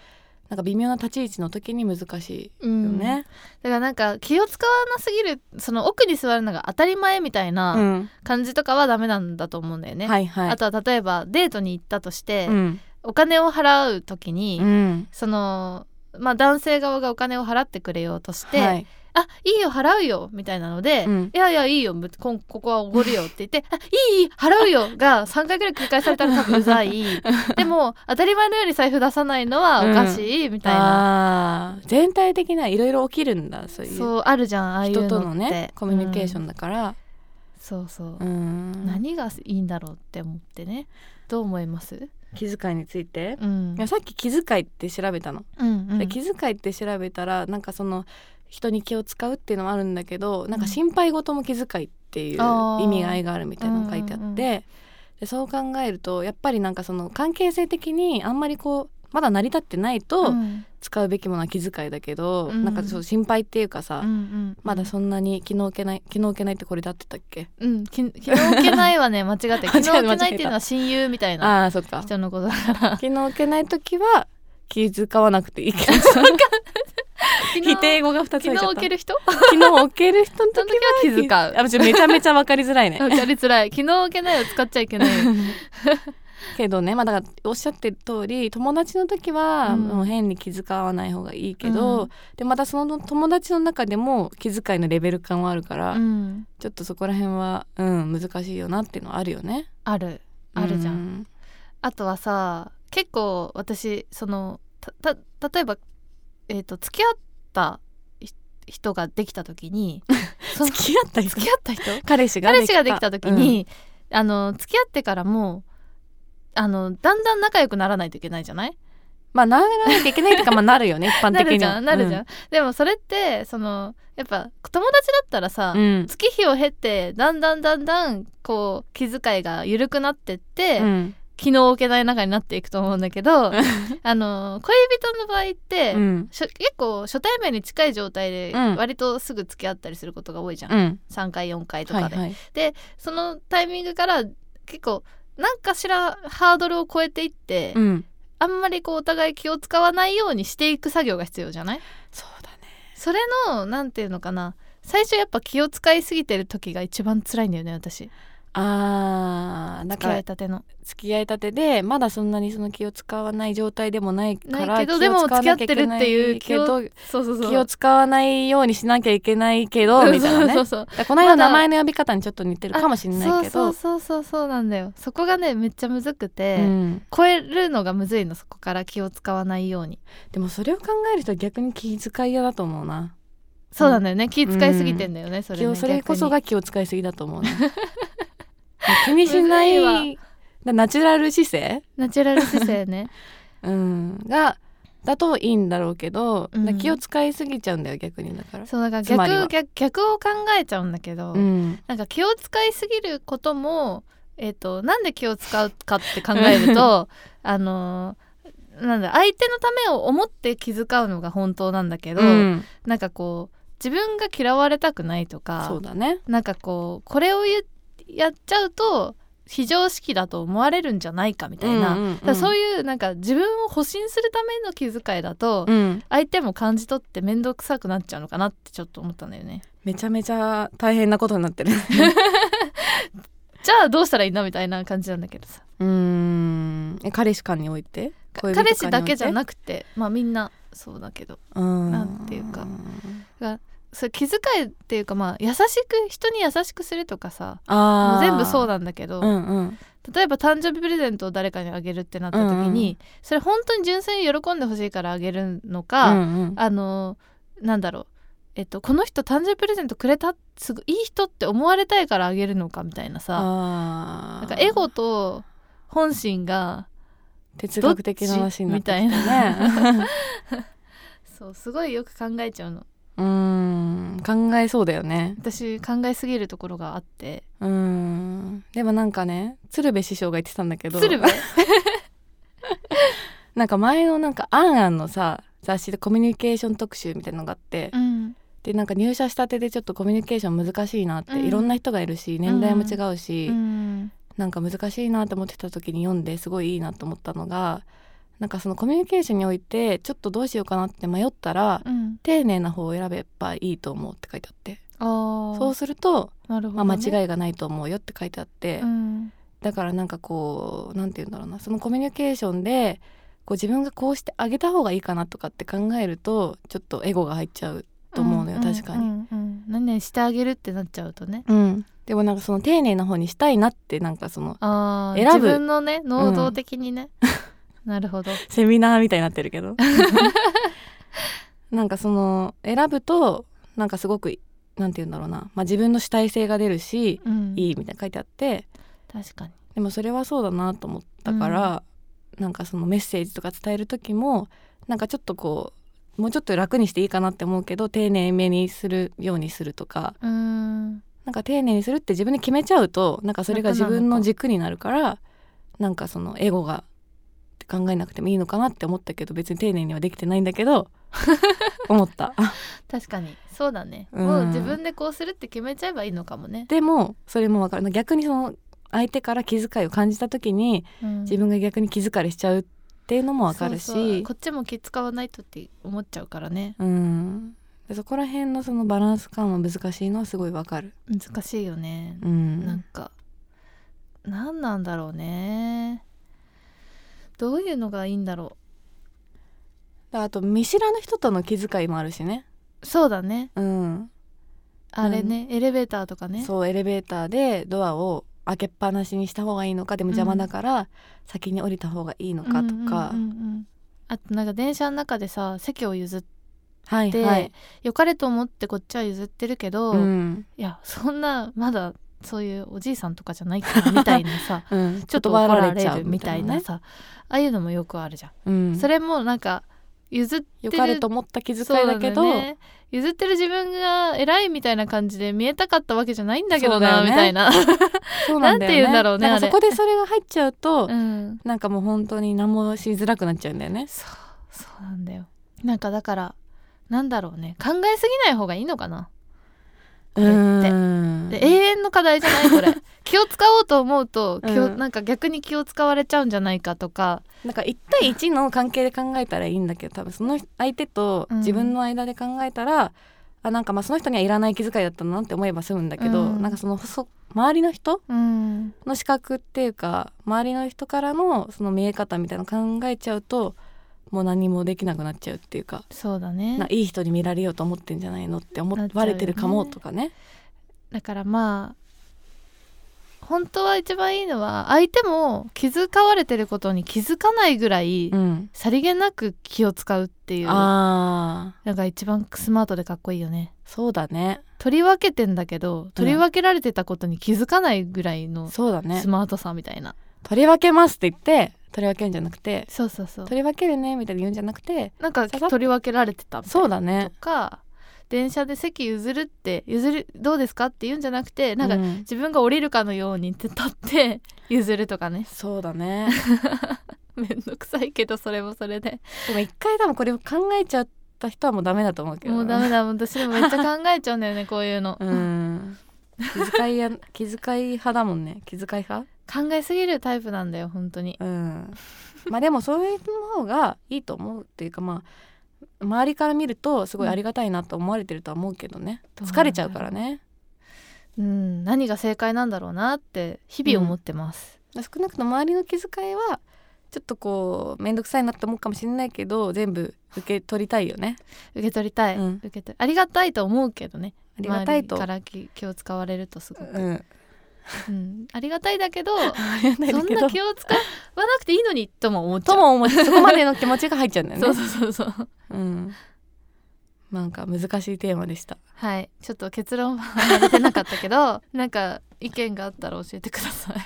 [SPEAKER 3] なんか微妙な立ち位置の時に難し
[SPEAKER 2] う
[SPEAKER 3] いよ
[SPEAKER 2] ん
[SPEAKER 3] ね、
[SPEAKER 2] だからなんか気を使わなすぎるその奥に座るのが当たり前みたい
[SPEAKER 3] うん
[SPEAKER 2] な感じとかはダメなんだと思うんだよね、
[SPEAKER 3] はいはい
[SPEAKER 2] あとは例えばデートに行ったとして、
[SPEAKER 3] うん
[SPEAKER 2] お金を払う時に、
[SPEAKER 3] うん
[SPEAKER 2] そのまあ男性側がお金を払ってくれようとして「
[SPEAKER 3] はい
[SPEAKER 2] あいいよ払うよ」みたいなので「
[SPEAKER 3] うん
[SPEAKER 2] いやいやいいよぶこんここはおごるよ」って言 って「あいいいい払うよ」が3回ぐらい繰り返されたら多分うざい でも当たり前のように財布出さないのはおかしいみたいな、
[SPEAKER 3] あー全体的ないろいろ起きるんだそういう
[SPEAKER 2] そうあるじゃんああいうのっ
[SPEAKER 3] 人
[SPEAKER 2] て
[SPEAKER 3] とのねコミュニケーショ
[SPEAKER 2] うん
[SPEAKER 3] ンだから、
[SPEAKER 2] そうそう、
[SPEAKER 3] うん
[SPEAKER 2] 何がいいんだろうって思ってねどう思います、
[SPEAKER 3] 気遣いについて、
[SPEAKER 2] うん
[SPEAKER 3] いやさっき気遣いって調べたの
[SPEAKER 2] うんうん
[SPEAKER 3] で気遣いって調べたらなんかその人に気を使うっていうのもあるんだけどなんか心配事も気遣いっていう
[SPEAKER 2] あー
[SPEAKER 3] 意味合いがあるみたいなのが書いてあって、
[SPEAKER 2] うんうんうん
[SPEAKER 3] でそう考えるとやっぱりなんかその関係性的にあんまりこうまだ成り立ってないと
[SPEAKER 2] うん
[SPEAKER 3] 使うべきものは気遣いだけど、
[SPEAKER 2] うん
[SPEAKER 3] なんかそう心配っていうかさ、
[SPEAKER 2] うんうん
[SPEAKER 3] まだそんなに気の置けない気の置けないってこれだってたっけ
[SPEAKER 2] うん、き 気の置けないはね間違って気の置け
[SPEAKER 3] 間違えた
[SPEAKER 2] ないっていうのは親友みたいな
[SPEAKER 3] ああーそっか
[SPEAKER 2] 人のことだから
[SPEAKER 3] 気の置けない時は気遣わなくていいけど 否定語が2つ
[SPEAKER 2] 気
[SPEAKER 3] 入っち
[SPEAKER 2] の
[SPEAKER 3] ゃっ
[SPEAKER 2] 置
[SPEAKER 3] た
[SPEAKER 2] ける人
[SPEAKER 3] 気の置ける人の
[SPEAKER 2] そ
[SPEAKER 3] 時
[SPEAKER 2] の時は気遣
[SPEAKER 3] あ
[SPEAKER 2] う
[SPEAKER 3] ちょめちゃめちゃわかりづらい ね
[SPEAKER 2] わかりづらい気の置けないを使っちゃいけない
[SPEAKER 3] けどねまあだからおっしゃってる通り友達の時は
[SPEAKER 2] うん
[SPEAKER 3] もう変に気遣わない方がいいけ
[SPEAKER 2] う
[SPEAKER 3] ど、
[SPEAKER 2] ん
[SPEAKER 3] でまたその友達の中でも気遣いのレベル感はあるから、
[SPEAKER 2] うん
[SPEAKER 3] ちょっとそこら辺はうん難しいよなっていうのはあるよね。
[SPEAKER 2] あるあるじゃん
[SPEAKER 3] ん。
[SPEAKER 2] あとはさ結構私そのたた例えば、えー、と付き合ったひ人ができた時 にその
[SPEAKER 3] 付き合った人
[SPEAKER 2] 付き合 った人
[SPEAKER 3] 彼氏が
[SPEAKER 2] 彼氏ができた時、に、あの付き合ってからもあのだんだん仲良くならないといけないじゃない
[SPEAKER 3] うんまあならなきゃいけないっていうかまあなるよね一般
[SPEAKER 2] な
[SPEAKER 3] 的に
[SPEAKER 2] る
[SPEAKER 3] は
[SPEAKER 2] じゃんなるじゃん、
[SPEAKER 3] う
[SPEAKER 2] でもそれってそのやっぱ友達だったらさ、
[SPEAKER 3] うん
[SPEAKER 2] 月日を経ってだんだんだんだんこう気遣いが緩くなってって、
[SPEAKER 3] うん
[SPEAKER 2] 気の置けない仲になっていくと思うんだけど あの恋人の場合って、
[SPEAKER 3] うん
[SPEAKER 2] しょ結構初対面に近い状態で
[SPEAKER 3] うん
[SPEAKER 2] 割とすぐ付き合ったりすることが多いじゃん、
[SPEAKER 3] うん
[SPEAKER 2] 3回4回と
[SPEAKER 3] は
[SPEAKER 2] か
[SPEAKER 3] い
[SPEAKER 2] で、
[SPEAKER 3] はい
[SPEAKER 2] そのタイミングから結構なんかしらハードルを超えていって、
[SPEAKER 3] うん
[SPEAKER 2] あんまりこうお互い気を使わないようにしていく作業が必要じゃない
[SPEAKER 3] そうだね
[SPEAKER 2] それのなんていうのかな最初やっぱ気を使いすぎてる時が一番辛いんだよね私
[SPEAKER 3] あーだ
[SPEAKER 2] 付
[SPEAKER 3] か
[SPEAKER 2] き合
[SPEAKER 3] ら
[SPEAKER 2] いたての
[SPEAKER 3] 付き合いたてでまだそんなにその気を使わない状態でもないから
[SPEAKER 2] ないけどでも
[SPEAKER 3] 気を
[SPEAKER 2] 付
[SPEAKER 3] 使
[SPEAKER 2] き合
[SPEAKER 3] わ
[SPEAKER 2] っ
[SPEAKER 3] なきゃ
[SPEAKER 2] てるっていう
[SPEAKER 3] いけ
[SPEAKER 2] 気
[SPEAKER 3] ど
[SPEAKER 2] をそうそうそう
[SPEAKER 3] 気を使わないようにしなきゃいけないけどみたいなね
[SPEAKER 2] そうそうそう
[SPEAKER 3] だからこの間
[SPEAKER 2] まだ
[SPEAKER 3] 名前の呼び方にちょっと似てるかもしれないけ
[SPEAKER 2] そ
[SPEAKER 3] ど
[SPEAKER 2] うそうそうそうそうなんだよそこがねめっちゃむずくて、
[SPEAKER 3] うん
[SPEAKER 2] 超えるのがむずいのそこから気を使わないように
[SPEAKER 3] でもそれを考える人は逆に気遣い嫌だと思うな
[SPEAKER 2] そうなんだよね、気使いすぎてんだよね、それ
[SPEAKER 3] 気
[SPEAKER 2] ね
[SPEAKER 3] をそれこそ
[SPEAKER 2] 逆
[SPEAKER 3] が気を使いすぎだと思うな 気にしな
[SPEAKER 2] むず
[SPEAKER 3] いだナチュラル姿勢、
[SPEAKER 2] にナチュラル姿勢 ね
[SPEAKER 3] うん、がだといいんだろうけど、
[SPEAKER 2] うん
[SPEAKER 3] だから気を使いすぎちゃうんだよ逆にだから。
[SPEAKER 2] そうだから
[SPEAKER 3] つまりは
[SPEAKER 2] 逆逆逆を考えちゃうんだけど、
[SPEAKER 3] うん
[SPEAKER 2] なんか気を使いすぎることもえっ、となんで気を使うかって考えるとあのーなんだ相手のためを思って気遣うのが本当なんだけど、
[SPEAKER 3] うん
[SPEAKER 2] なんかこう自分が嫌われたくないとか
[SPEAKER 3] そうだね
[SPEAKER 2] なんかこうこれを言うやっちゃうと非常識だと思われるんじゃないかみたいな、
[SPEAKER 3] うんうんうん
[SPEAKER 2] だからそういうなんか自分を保身するための気遣いだと、
[SPEAKER 3] うん、
[SPEAKER 2] 相手も感じ取って面倒くさくなっちゃうのかなってちょっと思ったんだよね。
[SPEAKER 3] めちゃめちゃ大変なことになってる
[SPEAKER 2] じゃあどうしたらいいんだみたいな感じなんだけどさ
[SPEAKER 3] うーんえ彼氏間において恋人間にお
[SPEAKER 2] 彼
[SPEAKER 3] いて
[SPEAKER 2] 氏だけじゃなくてまあみんなそうだけど
[SPEAKER 3] うーん
[SPEAKER 2] なんていうかそう気遣いっていうかまあ優しく人に優しくするとかさも
[SPEAKER 3] あ
[SPEAKER 2] う全部そう
[SPEAKER 3] だ
[SPEAKER 2] なんだけど、
[SPEAKER 3] うんうん
[SPEAKER 2] 例えば誕生日プレゼントを誰かにあげるってなった時に、
[SPEAKER 3] うんうん
[SPEAKER 2] それ本当に純粋に喜んでほしいからあげるの
[SPEAKER 3] う
[SPEAKER 2] か、
[SPEAKER 3] んうん
[SPEAKER 2] あのなんだろうえっと、この人誕生日プレゼントくれたすごいいい人って思われたいからあげるのかみたいなさ
[SPEAKER 3] あ
[SPEAKER 2] なんかエゴと本心が
[SPEAKER 3] 哲学的な話になってきたね
[SPEAKER 2] そうすごいよく考えちゃうの
[SPEAKER 3] うーん考えそうだよね
[SPEAKER 2] 私考えすぎるところがあって
[SPEAKER 3] うーんでもなんかね鶴瓶師匠が言ってたんだけど
[SPEAKER 2] 鶴瓶
[SPEAKER 3] なんか前のなんか「あんあん」のさ雑誌でコミュニケーション特集みたいなのがあって、
[SPEAKER 2] うん
[SPEAKER 3] でなんか入社したてでちょっとコミュニケーション難しいなって、
[SPEAKER 2] うん
[SPEAKER 3] いろんな人がいるし年代も違うし、
[SPEAKER 2] うん
[SPEAKER 3] なんか難しいなって思ってた時に読んですごいいいなと思ったのがなんかそのコミュニケーションにおいてちょっとどうしようかなって迷ったら、
[SPEAKER 2] うん
[SPEAKER 3] 丁寧な方を選べばいいと思うって書いてあって
[SPEAKER 2] ああ
[SPEAKER 3] そうすると、
[SPEAKER 2] なるほ
[SPEAKER 3] まあ、
[SPEAKER 2] ど、ね、
[SPEAKER 3] 間違いがないと思うよって書いてあって、
[SPEAKER 2] うん
[SPEAKER 3] だからなんかこうなんて言うんだろうなそのコミュニケーションでこう自分がこうしてあげた方がいいかなとかって考えるとちょっとエゴが入っちゃうと思うのよ、
[SPEAKER 2] んん
[SPEAKER 3] 確かに。
[SPEAKER 2] うんうん何々してあげるってなっちゃうとね
[SPEAKER 3] うん、でもなんかその丁寧な方にしたいなってなんかその
[SPEAKER 2] ああ
[SPEAKER 3] 選ぶ
[SPEAKER 2] 自分のね能動的にね、 なるほど
[SPEAKER 3] セミナーみたいになってるけどなんかその選ぶとなんかすごくなんて言うんだろうな、まあ、自分の主体性が出るし、
[SPEAKER 2] うん
[SPEAKER 3] いいみたいな書いてあって
[SPEAKER 2] 確かに
[SPEAKER 3] でもそれはそうだなと思ったから、なんかそのメッセージとか伝える時もなんかちょっとこうもうちょっと楽にしていいかなって思うけど丁寧めにするようにするとか
[SPEAKER 2] うーん
[SPEAKER 3] なんか丁寧にするって自分で決めちゃうとなんかそれが自分の軸になるからなんかそのエゴがって考えなくてもいいのかなって思ったけど別に丁寧にはできてないんだけど 思った
[SPEAKER 2] 確かにそうだね、
[SPEAKER 3] うん
[SPEAKER 2] もう自分でこうするって決めちゃえばいいのかもね、
[SPEAKER 3] でもそれも分かる逆にその相手から気遣いを感じた時に
[SPEAKER 2] うん
[SPEAKER 3] 自分が逆に気疲れしちゃうっていうのも分かるし
[SPEAKER 2] そうそうこっちも気使わないとって思っちゃうからね
[SPEAKER 3] うんでそこら辺のそのバランス感は難しいのはすごい分かる
[SPEAKER 2] 難しいよね、
[SPEAKER 3] う
[SPEAKER 2] なん
[SPEAKER 3] ん
[SPEAKER 2] か何なんだろうねどういうのがいいんだろ
[SPEAKER 3] であと見知らぬ人との気遣いもあるしね
[SPEAKER 2] うそうだね
[SPEAKER 3] うん
[SPEAKER 2] あれね、エレベーターとかね
[SPEAKER 3] そうエレベーターでドアを開けっぱなしにした方がいいのかでも
[SPEAKER 2] うん
[SPEAKER 3] 邪魔だから先に降りた方がいいのかとか、
[SPEAKER 2] うんうんうんうんあとなんか電車の中でさ席を譲っ
[SPEAKER 3] はい
[SPEAKER 2] て、
[SPEAKER 3] はい、
[SPEAKER 2] 良かれと思ってこっちは譲ってるけど、
[SPEAKER 3] うん
[SPEAKER 2] いやそんなまだそういうおじいさんとかじゃないからみたいな さ
[SPEAKER 3] うん、
[SPEAKER 2] ちょっと怒られるみたいなさああいうのもよくあるじゃん、
[SPEAKER 3] うん、
[SPEAKER 2] それもなんか譲って
[SPEAKER 3] 良
[SPEAKER 2] る
[SPEAKER 3] かれと思った気遣いだけ
[SPEAKER 2] そ
[SPEAKER 3] ど
[SPEAKER 2] うなんよね譲ってる自分が偉いみたいな感じで見えたかったわけじゃないんだけどな、
[SPEAKER 3] そうだよね
[SPEAKER 2] みたい な、
[SPEAKER 3] そうなん
[SPEAKER 2] な
[SPEAKER 3] だよね
[SPEAKER 2] んて言うんだろうね
[SPEAKER 3] なんか
[SPEAKER 2] あれ
[SPEAKER 3] そこでそれが入っちゃうと、
[SPEAKER 2] うん、
[SPEAKER 3] なんかもう本当に何もしづらくなっちゃうんだよね
[SPEAKER 2] そうそうなんだよなんかだからなんだろうね考えすぎない方がいいのかな
[SPEAKER 3] う
[SPEAKER 2] れって
[SPEAKER 3] ん
[SPEAKER 2] で永遠の課題じゃないこ れ気を使おうと思うと気を、
[SPEAKER 3] うん
[SPEAKER 2] なんか逆に気を使われちゃうんじゃないかとか
[SPEAKER 3] なんか1対1の関係で考えたらいいんだけど多分その相手と自分の間で考えたら、あなんかまあその人にはいらない気遣いだったなって思えば済むんだけど、
[SPEAKER 2] うん
[SPEAKER 3] なんかそのそ周りの人
[SPEAKER 2] うん
[SPEAKER 3] の視覚っていうか周りの人からのその見え方みたいなの考えちゃうともう何もできなくなっちゃうっていうか。
[SPEAKER 2] そうだね
[SPEAKER 3] ないい人に見られようと思ってんじゃないのって思
[SPEAKER 2] なっ
[SPEAKER 3] っ
[SPEAKER 2] ちゃう
[SPEAKER 3] バ
[SPEAKER 2] よね
[SPEAKER 3] レてるかもとかね。
[SPEAKER 2] だからまあ本当は一番いいのは相手も気遣われてることに気づかないぐらい、
[SPEAKER 3] うん、
[SPEAKER 2] さりげなく気を使うっていうの
[SPEAKER 3] ああ
[SPEAKER 2] が一番スマートでかっこいいよね
[SPEAKER 3] そうだね
[SPEAKER 2] 取り分けてんだけど取り分けられてたことに気づかないぐらいの
[SPEAKER 3] そうだね
[SPEAKER 2] ス。マートさみたいな、
[SPEAKER 3] 取り分けますって言って取り分けるんじゃなくて
[SPEAKER 2] そうそうそう
[SPEAKER 3] 取り分けるねみたいに言うんじゃなくて
[SPEAKER 2] なんか
[SPEAKER 3] ささっと
[SPEAKER 2] 取り分けられてたみたい
[SPEAKER 3] そう
[SPEAKER 2] な
[SPEAKER 3] だね
[SPEAKER 2] と。か電車で席譲るって譲るどうですかって言うんじゃなくてなんか、
[SPEAKER 3] う
[SPEAKER 2] 自分が降りるかのようにって立って譲るとかね
[SPEAKER 3] そうだね。
[SPEAKER 2] めんどくさいけどそれもそれで
[SPEAKER 3] でも一回多分これを考えちゃった人はもうダメだと思うけど。
[SPEAKER 2] もうダメだもう私でもめっちゃ考えちゃうんだよねこういうの、
[SPEAKER 3] うん。気遣いや 気遣い派だもんね。気遣い派。
[SPEAKER 2] 考えすぎるタイプなんだよ本当に
[SPEAKER 3] うん。まあでもそれの方がいいと思うっていうかまあ周りから見るとすごいありがたいなと思われてるとは思うけどね。
[SPEAKER 2] うん
[SPEAKER 3] 疲れちゃうからね。
[SPEAKER 2] うん何が正解なんだろうなって日々思ってます、
[SPEAKER 3] 少なくとも周りの気遣いはちょっとこう面倒くさいなって思うかもしれないけど全部受け取りたいよね
[SPEAKER 2] 受け取りたい、
[SPEAKER 3] うん
[SPEAKER 2] 受け取りありがたいと思うけどね
[SPEAKER 3] ありがたいと
[SPEAKER 2] 周りから気気を使われるとすご
[SPEAKER 3] う
[SPEAKER 2] く、
[SPEAKER 3] ん、
[SPEAKER 2] うん、ありがたいだけど
[SPEAKER 3] ありがたい
[SPEAKER 2] そ
[SPEAKER 3] だ
[SPEAKER 2] ん
[SPEAKER 3] け
[SPEAKER 2] な
[SPEAKER 3] ど
[SPEAKER 2] 気を使わなくていいのにとも思っちゃ
[SPEAKER 3] と
[SPEAKER 2] う
[SPEAKER 3] も思うそこまでの気持ちが入っちゃうんだよ
[SPEAKER 2] そ
[SPEAKER 3] ね
[SPEAKER 2] うそうそうそう
[SPEAKER 3] うん、なんか難しいテーマでした
[SPEAKER 2] はいちょっと結論は出てなかったけ どなんか意見があったら教えてください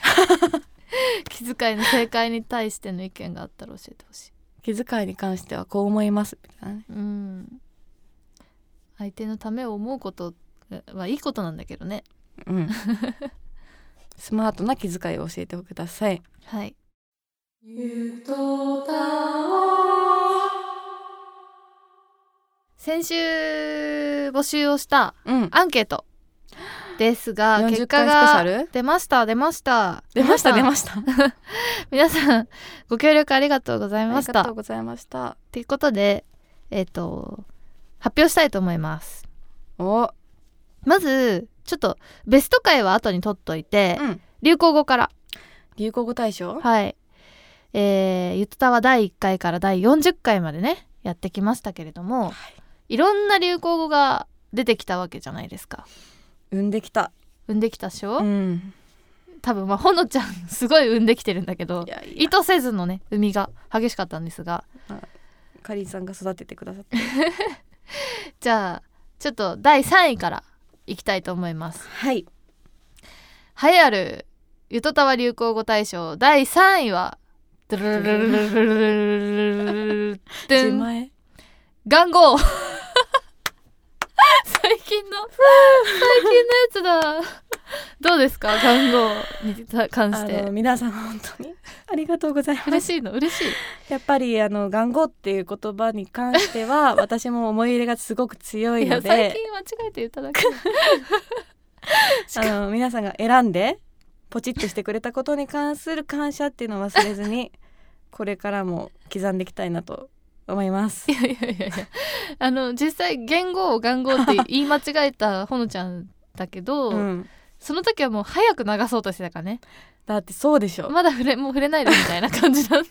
[SPEAKER 2] 気遣いの正解に対しての意見があったら教えてほしい
[SPEAKER 3] 気遣いに関してはこう思いますみたいなね
[SPEAKER 2] うん相手のためを思うことはいいことなんだけどね
[SPEAKER 3] うん スマートな気遣いを教えてください
[SPEAKER 2] はい先週募集をした
[SPEAKER 3] うん
[SPEAKER 2] アンケートです が
[SPEAKER 3] 40
[SPEAKER 2] 結果
[SPEAKER 3] 回スペシャ
[SPEAKER 2] が
[SPEAKER 3] ル
[SPEAKER 2] 出ました出ました
[SPEAKER 3] 出ました出
[SPEAKER 2] 皆さん
[SPEAKER 3] ました
[SPEAKER 2] 皆さんご協力ありがとうございまし
[SPEAKER 3] ありが
[SPEAKER 2] た
[SPEAKER 3] とうございました
[SPEAKER 2] ということでえっ、と発表したいと思います
[SPEAKER 3] お
[SPEAKER 2] まずちょっとベスト回は後に取っといて、
[SPEAKER 3] うん
[SPEAKER 2] 流行語から
[SPEAKER 3] 流行語大賞
[SPEAKER 2] はいえー、ゆったは第1回から第40回までねやってきましたけれども、、
[SPEAKER 3] はい
[SPEAKER 2] ろんな流行語が出てきたわけじゃないですか
[SPEAKER 3] 産んできた
[SPEAKER 2] 産んできたっしょ、
[SPEAKER 3] うん
[SPEAKER 2] 多分まあほのちゃん すごい産んできてるんだけど
[SPEAKER 3] いやい
[SPEAKER 2] 意
[SPEAKER 3] や
[SPEAKER 2] 図せずのね産みが激しかったんですが
[SPEAKER 3] かりんさんが育ててくださって
[SPEAKER 2] じゃあちょっと第3位からいきたいと思います
[SPEAKER 3] はい
[SPEAKER 2] 栄えあるゆとたわ流行語大賞第3位はドゥルルルルルルルル
[SPEAKER 3] 自
[SPEAKER 2] ルン
[SPEAKER 3] 前
[SPEAKER 2] 願号最近の最近のやつだどうですか願号に関し
[SPEAKER 3] あの
[SPEAKER 2] て
[SPEAKER 3] 皆さん本当に ありがとうござ います
[SPEAKER 2] 嬉しいの嬉しい
[SPEAKER 3] やっぱりあの願語っていう言葉に関して は私も思い入れがすごく強い
[SPEAKER 2] いや
[SPEAKER 3] の
[SPEAKER 2] 最
[SPEAKER 3] で
[SPEAKER 2] 近間違えて言っただけ
[SPEAKER 3] あの皆さんが選んでポチッとしてくれたことに関する感謝っていうのを忘れずに これからも刻んでいきたいなと思います
[SPEAKER 2] い。やいやいやいやあの実際言語を願号って言い間違えたほのちゃんだけど、
[SPEAKER 3] うん、
[SPEAKER 2] その時はもう早く流そうとしてたからね
[SPEAKER 3] だってそうでしょ
[SPEAKER 2] まだ触れもう触れないでみたいな感じなんだ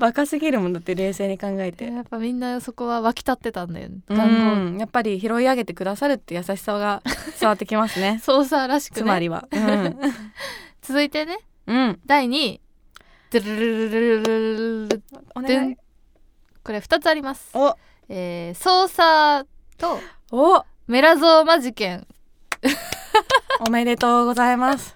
[SPEAKER 3] バカすぎるもんだって冷静に考えて。
[SPEAKER 2] やっぱみんなそこは沸き立ってたんだよね
[SPEAKER 3] う
[SPEAKER 2] 願
[SPEAKER 3] ん、やっぱり拾い上げてくださるって優しさが伝わってきま すね。
[SPEAKER 2] 操作らしく
[SPEAKER 3] つ
[SPEAKER 2] ね
[SPEAKER 3] まりは、
[SPEAKER 2] 続いてね
[SPEAKER 3] うん、うん、
[SPEAKER 2] 第2位ドゥルルルルルルルル
[SPEAKER 3] お
[SPEAKER 2] ドゥ
[SPEAKER 3] 願い
[SPEAKER 2] ン。これ2つあります
[SPEAKER 3] お、
[SPEAKER 2] えー、操作と
[SPEAKER 3] お、
[SPEAKER 2] メラゾーマ事件
[SPEAKER 3] おめでとうござ います。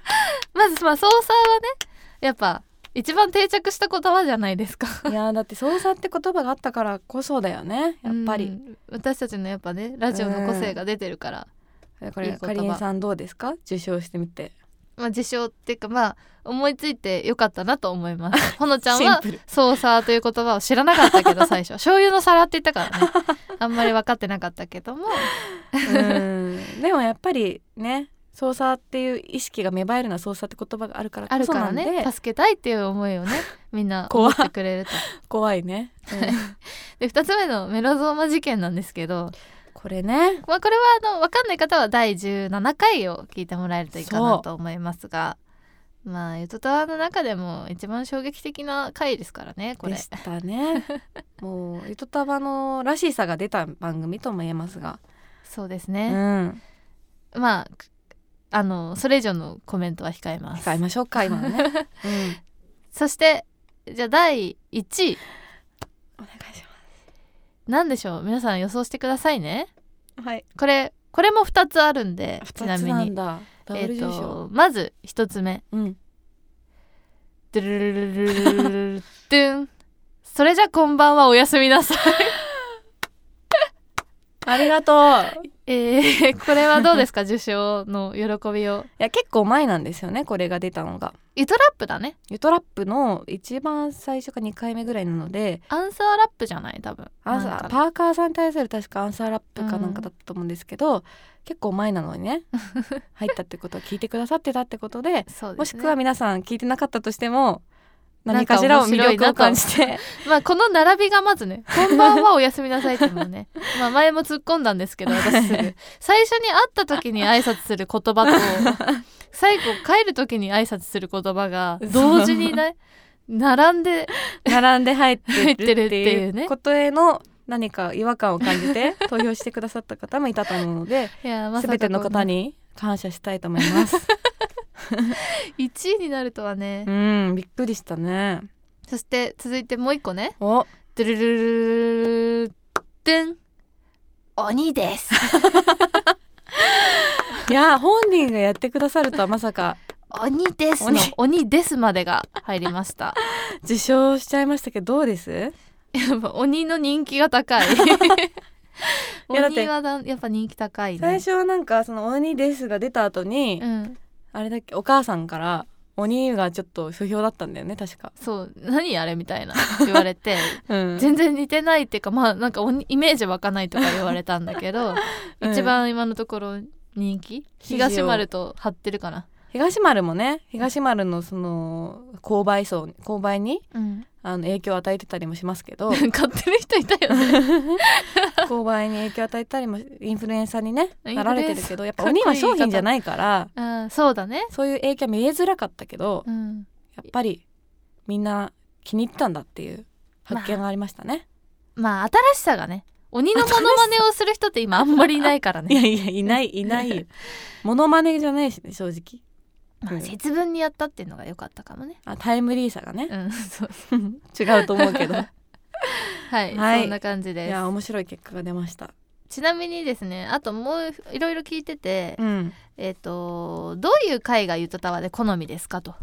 [SPEAKER 2] まずまあ操作はねやっぱ一番定着した言葉じゃないですか
[SPEAKER 3] いやーだって操作って言葉があったからこそだよねやっぱ
[SPEAKER 2] う
[SPEAKER 3] り
[SPEAKER 2] ん私たちのやっぱねラジオの個性が出てるから、
[SPEAKER 3] こ
[SPEAKER 2] いい
[SPEAKER 3] れ
[SPEAKER 2] 言葉
[SPEAKER 3] かりんさんどうですか受賞してみて
[SPEAKER 2] まあ自称っていうかまあ思いついてよかったなと思いますほのちゃん
[SPEAKER 3] シン
[SPEAKER 2] は
[SPEAKER 3] プ ル
[SPEAKER 2] ソーサーという言葉を知らなかったけど最初醤油の皿って言ったからね あんまり分かってなかったけども
[SPEAKER 3] うんでもやっぱりね操作っていう意識が芽生えるのは操作って言葉があるから
[SPEAKER 2] あ
[SPEAKER 3] こ
[SPEAKER 2] る
[SPEAKER 3] そ
[SPEAKER 2] か
[SPEAKER 3] な
[SPEAKER 2] ら
[SPEAKER 3] んで
[SPEAKER 2] ね助けたいっていう思いをねみんな思
[SPEAKER 3] 怖
[SPEAKER 2] ってくれると
[SPEAKER 3] 怖いね、うん
[SPEAKER 2] で2つ目のメラゾーマ事件なんですけど、
[SPEAKER 3] これね
[SPEAKER 2] まあ、これはあの分かんない方は第17回を聞いてもらえるといいかなと思いますがまあゆとたわの中でも一番衝撃的な回ですからねこれ
[SPEAKER 3] でし たねもうゆとたばのらしさが出た番組とも言えますが、
[SPEAKER 2] そうです
[SPEAKER 3] う
[SPEAKER 2] ね、
[SPEAKER 3] ん、
[SPEAKER 2] まあくあのそれ以上のコメントは控えます
[SPEAKER 3] 控えましょう か今はね、うん、
[SPEAKER 2] そしてじゃあ第1位
[SPEAKER 3] お願いしま
[SPEAKER 2] 何でしょう皆さん予想してくださいね
[SPEAKER 3] すはい
[SPEAKER 2] これこれも2つあるんでちな
[SPEAKER 3] 二つ
[SPEAKER 2] み
[SPEAKER 3] なん
[SPEAKER 2] に
[SPEAKER 3] だダブ
[SPEAKER 2] え
[SPEAKER 3] ル
[SPEAKER 2] っ
[SPEAKER 3] 受賞、
[SPEAKER 2] とまず1つ目
[SPEAKER 3] うん
[SPEAKER 2] ドゥルルルルルルルルドゥンそれじゃこんばんはおやすみなさい
[SPEAKER 3] ありがとう
[SPEAKER 2] えー、これはどうですか受賞の喜びを
[SPEAKER 3] いや結構前なんですよねこれが出たのが
[SPEAKER 2] イトラップだね
[SPEAKER 3] ユトラップの一番最初か2回目ぐらいなので
[SPEAKER 2] アンサーラップじゃない多分
[SPEAKER 3] アンサ
[SPEAKER 2] なんか
[SPEAKER 3] ーパーカーさんに対する確かアンサーラップかなんかだったと思うんですけど、結構前なのに ね入ったってことは聞いてくださってたってこと
[SPEAKER 2] そ
[SPEAKER 3] で
[SPEAKER 2] うです、ね、
[SPEAKER 3] もしくは皆さん聞いてなかったとしても
[SPEAKER 2] なん
[SPEAKER 3] 何
[SPEAKER 2] か
[SPEAKER 3] かしらを魅力を感じて
[SPEAKER 2] まあこの並びがまずね「こんばんはおやすみなさい」っていうのはねまあ前も突っ込んだんですけど私すぐ最初に会った時に挨拶する言葉と最後帰る時に挨拶する言葉が同時にね並んで
[SPEAKER 3] 並んで入ってる
[SPEAKER 2] 入
[SPEAKER 3] っ
[SPEAKER 2] ってて
[SPEAKER 3] い
[SPEAKER 2] る
[SPEAKER 3] う
[SPEAKER 2] っていうね
[SPEAKER 3] ことへの何か違和感を感じて投票してくださった方もいたと思うので、
[SPEAKER 2] いや
[SPEAKER 3] 全ての方に感謝したいと思います。
[SPEAKER 2] 1位になるとはね、
[SPEAKER 3] うん、びっくりしたね。
[SPEAKER 2] そして続いてもう一個ね
[SPEAKER 3] お、
[SPEAKER 2] ドゥルルルルルルルン鬼です
[SPEAKER 3] いや本人がやってくださるとはまさか
[SPEAKER 2] 鬼ですの鬼ですまでが入りました
[SPEAKER 3] 受賞しちゃいましたけどどうです？
[SPEAKER 2] やっぱ鬼の人気が 高い
[SPEAKER 3] いやだって
[SPEAKER 2] 鬼はだやっぱ人気高いね
[SPEAKER 3] 最初はなんかその鬼ですが出た後に、
[SPEAKER 2] うん
[SPEAKER 3] あれだっけお母さんから鬼がちょっと不評だったんだよね確か。
[SPEAKER 2] そう何あれみたいな言われ て
[SPEAKER 3] うん
[SPEAKER 2] 全然似てないっていうかまあなんか鬼イメージ湧かないとか言われたんだけ ど、
[SPEAKER 3] うん
[SPEAKER 2] 一番今のところ人気
[SPEAKER 3] 支持を
[SPEAKER 2] 東丸と張ってるかな、
[SPEAKER 3] 東丸もね東丸のその購買層購買に
[SPEAKER 2] うん、
[SPEAKER 3] あの影響を与えてたりもしますけ ど
[SPEAKER 2] 買ってる人いたよね
[SPEAKER 3] 購買に影響を与えたりもインフルエンサーにね
[SPEAKER 2] インフルエンサー
[SPEAKER 3] なられてるけどやっぱ
[SPEAKER 2] かっこい
[SPEAKER 3] 鬼
[SPEAKER 2] い
[SPEAKER 3] は商品じゃないから
[SPEAKER 2] あーそうだね
[SPEAKER 3] そういう影響は見えづらかったけど、
[SPEAKER 2] うん
[SPEAKER 3] やっぱりみんな気に入ったんだっていう発見がありましたね。
[SPEAKER 2] まあ新しさがね鬼のモノマネをする人って今あんまりい ないから
[SPEAKER 3] い
[SPEAKER 2] ね、
[SPEAKER 3] やいやいないいない よ。モノマネじゃないしね正直。
[SPEAKER 2] まあ、節分にやったっていうのが良かったかもね
[SPEAKER 3] あタイムリーさがね、
[SPEAKER 2] うんそう
[SPEAKER 3] 違うと思うけ ど。
[SPEAKER 2] はい、
[SPEAKER 3] はい
[SPEAKER 2] そんな感じ
[SPEAKER 3] い
[SPEAKER 2] です
[SPEAKER 3] や面白い結果が出ました。
[SPEAKER 2] ちなみにですねあともういろいろ聞いてて、
[SPEAKER 3] うん。
[SPEAKER 2] えっ、とどういう回がゆとたわで好みですかと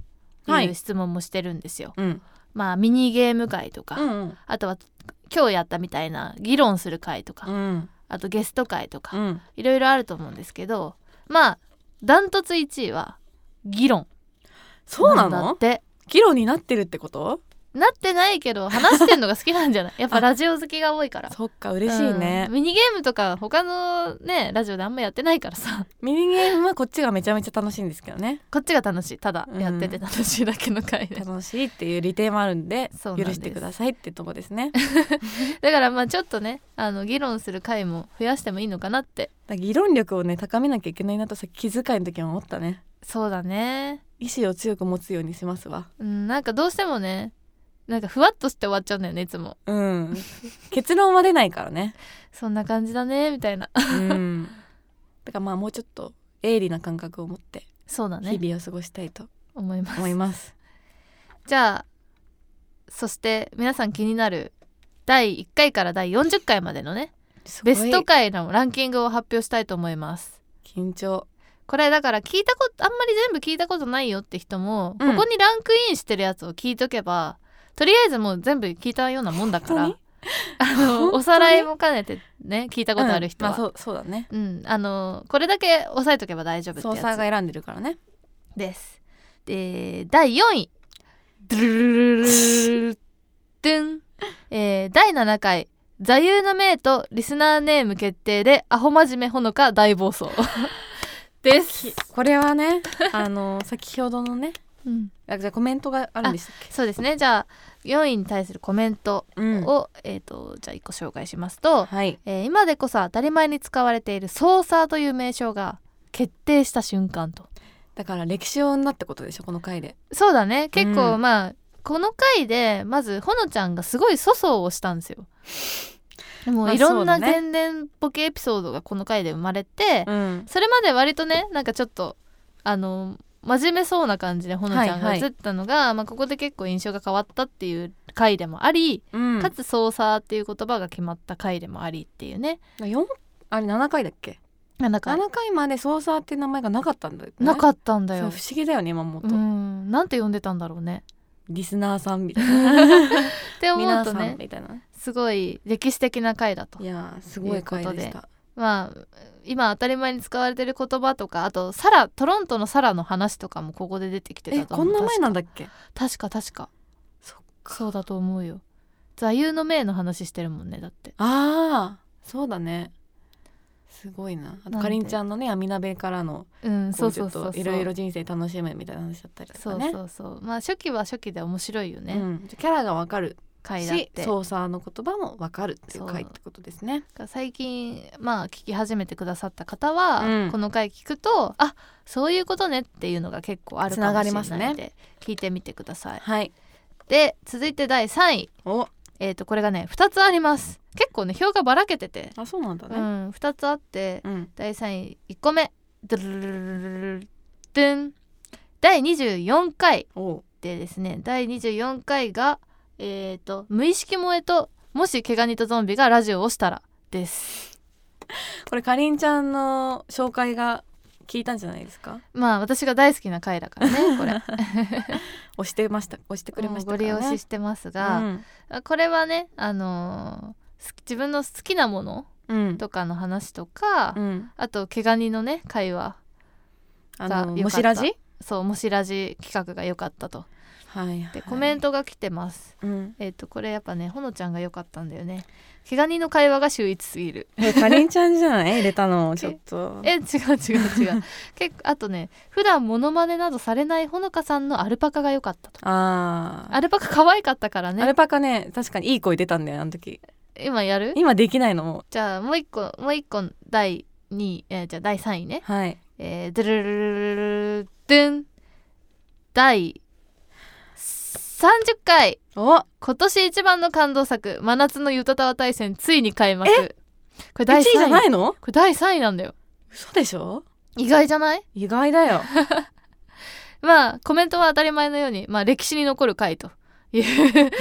[SPEAKER 3] はいいう
[SPEAKER 2] 質問もしてるんですよ、
[SPEAKER 3] うん。
[SPEAKER 2] まあミニゲーム会とか、
[SPEAKER 3] うん。
[SPEAKER 2] あとは今日やったみたいな議論する会とか、
[SPEAKER 3] うん。
[SPEAKER 2] あとゲスト会と
[SPEAKER 3] う
[SPEAKER 2] か
[SPEAKER 3] ん。
[SPEAKER 2] いろいろあると思うんですけどまあダントツ1位は議論
[SPEAKER 3] そうな
[SPEAKER 2] だっ
[SPEAKER 3] の？
[SPEAKER 2] て
[SPEAKER 3] 議論になってるってこと？
[SPEAKER 2] なってないけど話してんのが好きなんじゃ ないやっぱ
[SPEAKER 3] あ
[SPEAKER 2] ラジオ好きが多いから
[SPEAKER 3] そっか嬉しいね
[SPEAKER 2] うん。ミニゲームとか他のねラジオであんまやってないからさ
[SPEAKER 3] ミニゲームはこっちがめちゃめちゃ楽しいんですけどね。
[SPEAKER 2] こっちが楽しいただやってて楽しいだけの回で、
[SPEAKER 3] 楽しいっていう利点もあるんで
[SPEAKER 2] そうなん
[SPEAKER 3] 許
[SPEAKER 2] です
[SPEAKER 3] してくださいってとこですね。
[SPEAKER 2] だからまあちょっとねあの議論する回も増やしてもいいのかなって
[SPEAKER 3] だから議論力をね高めなきゃいけないなとさっき気遣いの時も思ったね。
[SPEAKER 2] そうだね
[SPEAKER 3] 意志を強く持つようにしますわ。
[SPEAKER 2] うんなんかどうしてもねなんかふわっとして終わっちゃうんだよねいつも
[SPEAKER 3] うん。結論は出ないからね。
[SPEAKER 2] そんな感じだねみたいな
[SPEAKER 3] うん。だからまあもうちょっと鋭利な感覚を持って
[SPEAKER 2] そうだね
[SPEAKER 3] 日々を過ごしたいと
[SPEAKER 2] 思います
[SPEAKER 3] 思います。
[SPEAKER 2] じゃあそして皆さん気になる第1回から第40回までのね
[SPEAKER 3] すごい
[SPEAKER 2] ベスト回のランキングを発表したいと思います
[SPEAKER 3] 緊張。
[SPEAKER 2] これだから聞いたことあんまり全部聞いたことないよって人も、
[SPEAKER 3] うん
[SPEAKER 2] ここにランクインしてるやつを聞いとけばとりあえずもう全部聞いたようなもんだから
[SPEAKER 3] 本
[SPEAKER 2] あのおさらいも兼ねてね聞いたことある人は、
[SPEAKER 3] うんまあそうそうだね。
[SPEAKER 2] うん、あのこれだけ押さえとけば大丈夫
[SPEAKER 3] 操
[SPEAKER 2] って
[SPEAKER 3] 作が
[SPEAKER 2] や
[SPEAKER 3] 選んでるからね。
[SPEAKER 2] つです。で第4位ドゥルルルルルルルン、えー、第7回座右の銘とリスナーネーム決定でアホ真面目ほのか大暴走です。
[SPEAKER 3] これはね、あの先ほどのね、
[SPEAKER 2] うん、
[SPEAKER 3] あじゃあコメントがあるんでしたっけ？
[SPEAKER 2] そうですねじゃあ4位に対するコメント
[SPEAKER 3] うん
[SPEAKER 2] を、えー、とじゃあ1個紹介しますと、
[SPEAKER 3] はい。
[SPEAKER 2] えー今でこそ当たり前に使われているソーサーという名称が決定した瞬間と
[SPEAKER 3] だから歴史を生んだってことでしょこの回で。
[SPEAKER 2] そうだね結構、
[SPEAKER 3] うん
[SPEAKER 2] まあこの回でまずほのちゃんがすごい粗相をしたんですよ。でも
[SPEAKER 3] まあ
[SPEAKER 2] いろんな
[SPEAKER 3] そうだね
[SPEAKER 2] 宣伝ボケエピソードがこの回で生まれて、
[SPEAKER 3] うん。
[SPEAKER 2] それまで割とねなんかちょっとあの真面目そうな感じでほのちゃんが
[SPEAKER 3] はい
[SPEAKER 2] 映
[SPEAKER 3] は
[SPEAKER 2] っ
[SPEAKER 3] い
[SPEAKER 2] たのが、まあ、ここで結構印象が変わったっていう回でもあり、
[SPEAKER 3] うん。
[SPEAKER 2] かつ「操作」っていう言葉が決まった回でもありっていうね
[SPEAKER 3] 四あれ七回だっけ？
[SPEAKER 2] なんか
[SPEAKER 3] 七回まで操作っていう名前がなかったんだよね。
[SPEAKER 2] なかったんだ
[SPEAKER 3] そう
[SPEAKER 2] よ
[SPEAKER 3] 不。思議だよね今思う
[SPEAKER 2] う
[SPEAKER 3] と、
[SPEAKER 2] ん、なんて呼んでたんだろうね。
[SPEAKER 3] リスナーさんみたいな
[SPEAKER 2] っ て思
[SPEAKER 3] 皆
[SPEAKER 2] う
[SPEAKER 3] さ
[SPEAKER 2] と
[SPEAKER 3] ん
[SPEAKER 2] ね
[SPEAKER 3] みたいな。
[SPEAKER 2] すごい歴史的な回だと
[SPEAKER 3] い。やーすごい回でした。
[SPEAKER 2] まあ今当たり前に使われてる言葉とかあとサラトロントのサラの話とかもここで出てきて
[SPEAKER 3] え
[SPEAKER 2] たと思
[SPEAKER 3] こ
[SPEAKER 2] うん
[SPEAKER 3] な前なん
[SPEAKER 2] だ
[SPEAKER 3] だっけ？
[SPEAKER 2] 確か確か
[SPEAKER 3] そっ
[SPEAKER 2] そうだと思うよ座右の銘の話してるもんねだって
[SPEAKER 3] ああそうだね。すごいな。あ
[SPEAKER 2] なん
[SPEAKER 3] と
[SPEAKER 2] で
[SPEAKER 3] かりんちゃんのね闇鍋からの
[SPEAKER 2] うん
[SPEAKER 3] こ
[SPEAKER 2] そうう
[SPEAKER 3] ち
[SPEAKER 2] そ
[SPEAKER 3] ょ
[SPEAKER 2] う
[SPEAKER 3] っ
[SPEAKER 2] そうそ
[SPEAKER 3] と
[SPEAKER 2] う
[SPEAKER 3] いろいろ人生楽しむみたいな話だったりと
[SPEAKER 2] そ
[SPEAKER 3] か
[SPEAKER 2] う
[SPEAKER 3] ね。
[SPEAKER 2] そうそうまあ初期は初期で面白いよね、
[SPEAKER 3] うんキャラがわかる
[SPEAKER 2] 回だっ
[SPEAKER 3] して操作の言葉もわかるっていう回ってことですね。
[SPEAKER 2] 最近まあ聞き始めてくださった方は、
[SPEAKER 3] うん
[SPEAKER 2] この回聞くとあそういうことねっていうのが結構あるかもしれないの
[SPEAKER 3] つながります
[SPEAKER 2] で、聞いてみてください
[SPEAKER 3] はい。
[SPEAKER 2] で続いて第3位
[SPEAKER 3] お
[SPEAKER 2] えっ、とこれがね2つあります結構ね票がばらけてて、
[SPEAKER 3] あそうなんだ
[SPEAKER 2] う
[SPEAKER 3] ね
[SPEAKER 2] ん、2つあって
[SPEAKER 3] うん
[SPEAKER 2] 第3位1個目ドゥルルルルルルドゥン第24回
[SPEAKER 3] お
[SPEAKER 2] でですね第24回がえっ、と「無意識萌えともし毛ガニとゾンビがラジオをしたら」です
[SPEAKER 3] これかりんちゃんの紹介が聞いたんじゃないですか
[SPEAKER 2] まあ私が大好きな回だからねこれ
[SPEAKER 3] 押してました押してくれました
[SPEAKER 2] もうご
[SPEAKER 3] か
[SPEAKER 2] 利
[SPEAKER 3] らね
[SPEAKER 2] 用ししてますが、
[SPEAKER 3] うん
[SPEAKER 2] あこれはねあのーす自分の好きなもの
[SPEAKER 3] うん
[SPEAKER 2] とかの話とか、
[SPEAKER 3] うん
[SPEAKER 2] あと毛ガニのね会話
[SPEAKER 3] あの
[SPEAKER 2] が良かった
[SPEAKER 3] もしラジ
[SPEAKER 2] そうもしラジ企画が良かったと
[SPEAKER 3] はいはい
[SPEAKER 2] でコメントが来てます、
[SPEAKER 3] うん
[SPEAKER 2] えっ、とこれやっぱねほのちゃんが良かったんだよね毛ガニの会話が秀逸すぎる
[SPEAKER 3] えかりんちゃんじゃない 入れたのちょっと
[SPEAKER 2] え違う違う違う結構あとね普段モノマネなどされないほのかさんのアルパカが良かったと
[SPEAKER 3] あー
[SPEAKER 2] アルパカ可愛かったから
[SPEAKER 3] ア
[SPEAKER 2] ね
[SPEAKER 3] ルパカね確かにいい声出たんだよあの時
[SPEAKER 2] 今やる
[SPEAKER 3] 今できないのも
[SPEAKER 2] じゃあもう一個もう一個第2位、えーじゃあ第3位ね
[SPEAKER 3] はい
[SPEAKER 2] えー、ドゥルルルルルドゥン第30回
[SPEAKER 3] お
[SPEAKER 2] 今年一番の感動作「真夏のゆたたわ大戦」ついに開幕これ
[SPEAKER 3] 1
[SPEAKER 2] 第
[SPEAKER 3] 位じゃ
[SPEAKER 2] 3
[SPEAKER 3] な
[SPEAKER 2] 位
[SPEAKER 3] いの
[SPEAKER 2] これ第3位なんだよ
[SPEAKER 3] 嘘でしょ
[SPEAKER 2] 意外じゃない
[SPEAKER 3] 意外だよ
[SPEAKER 2] まあコメントは当たり前のように、まあ、歴史に残る回という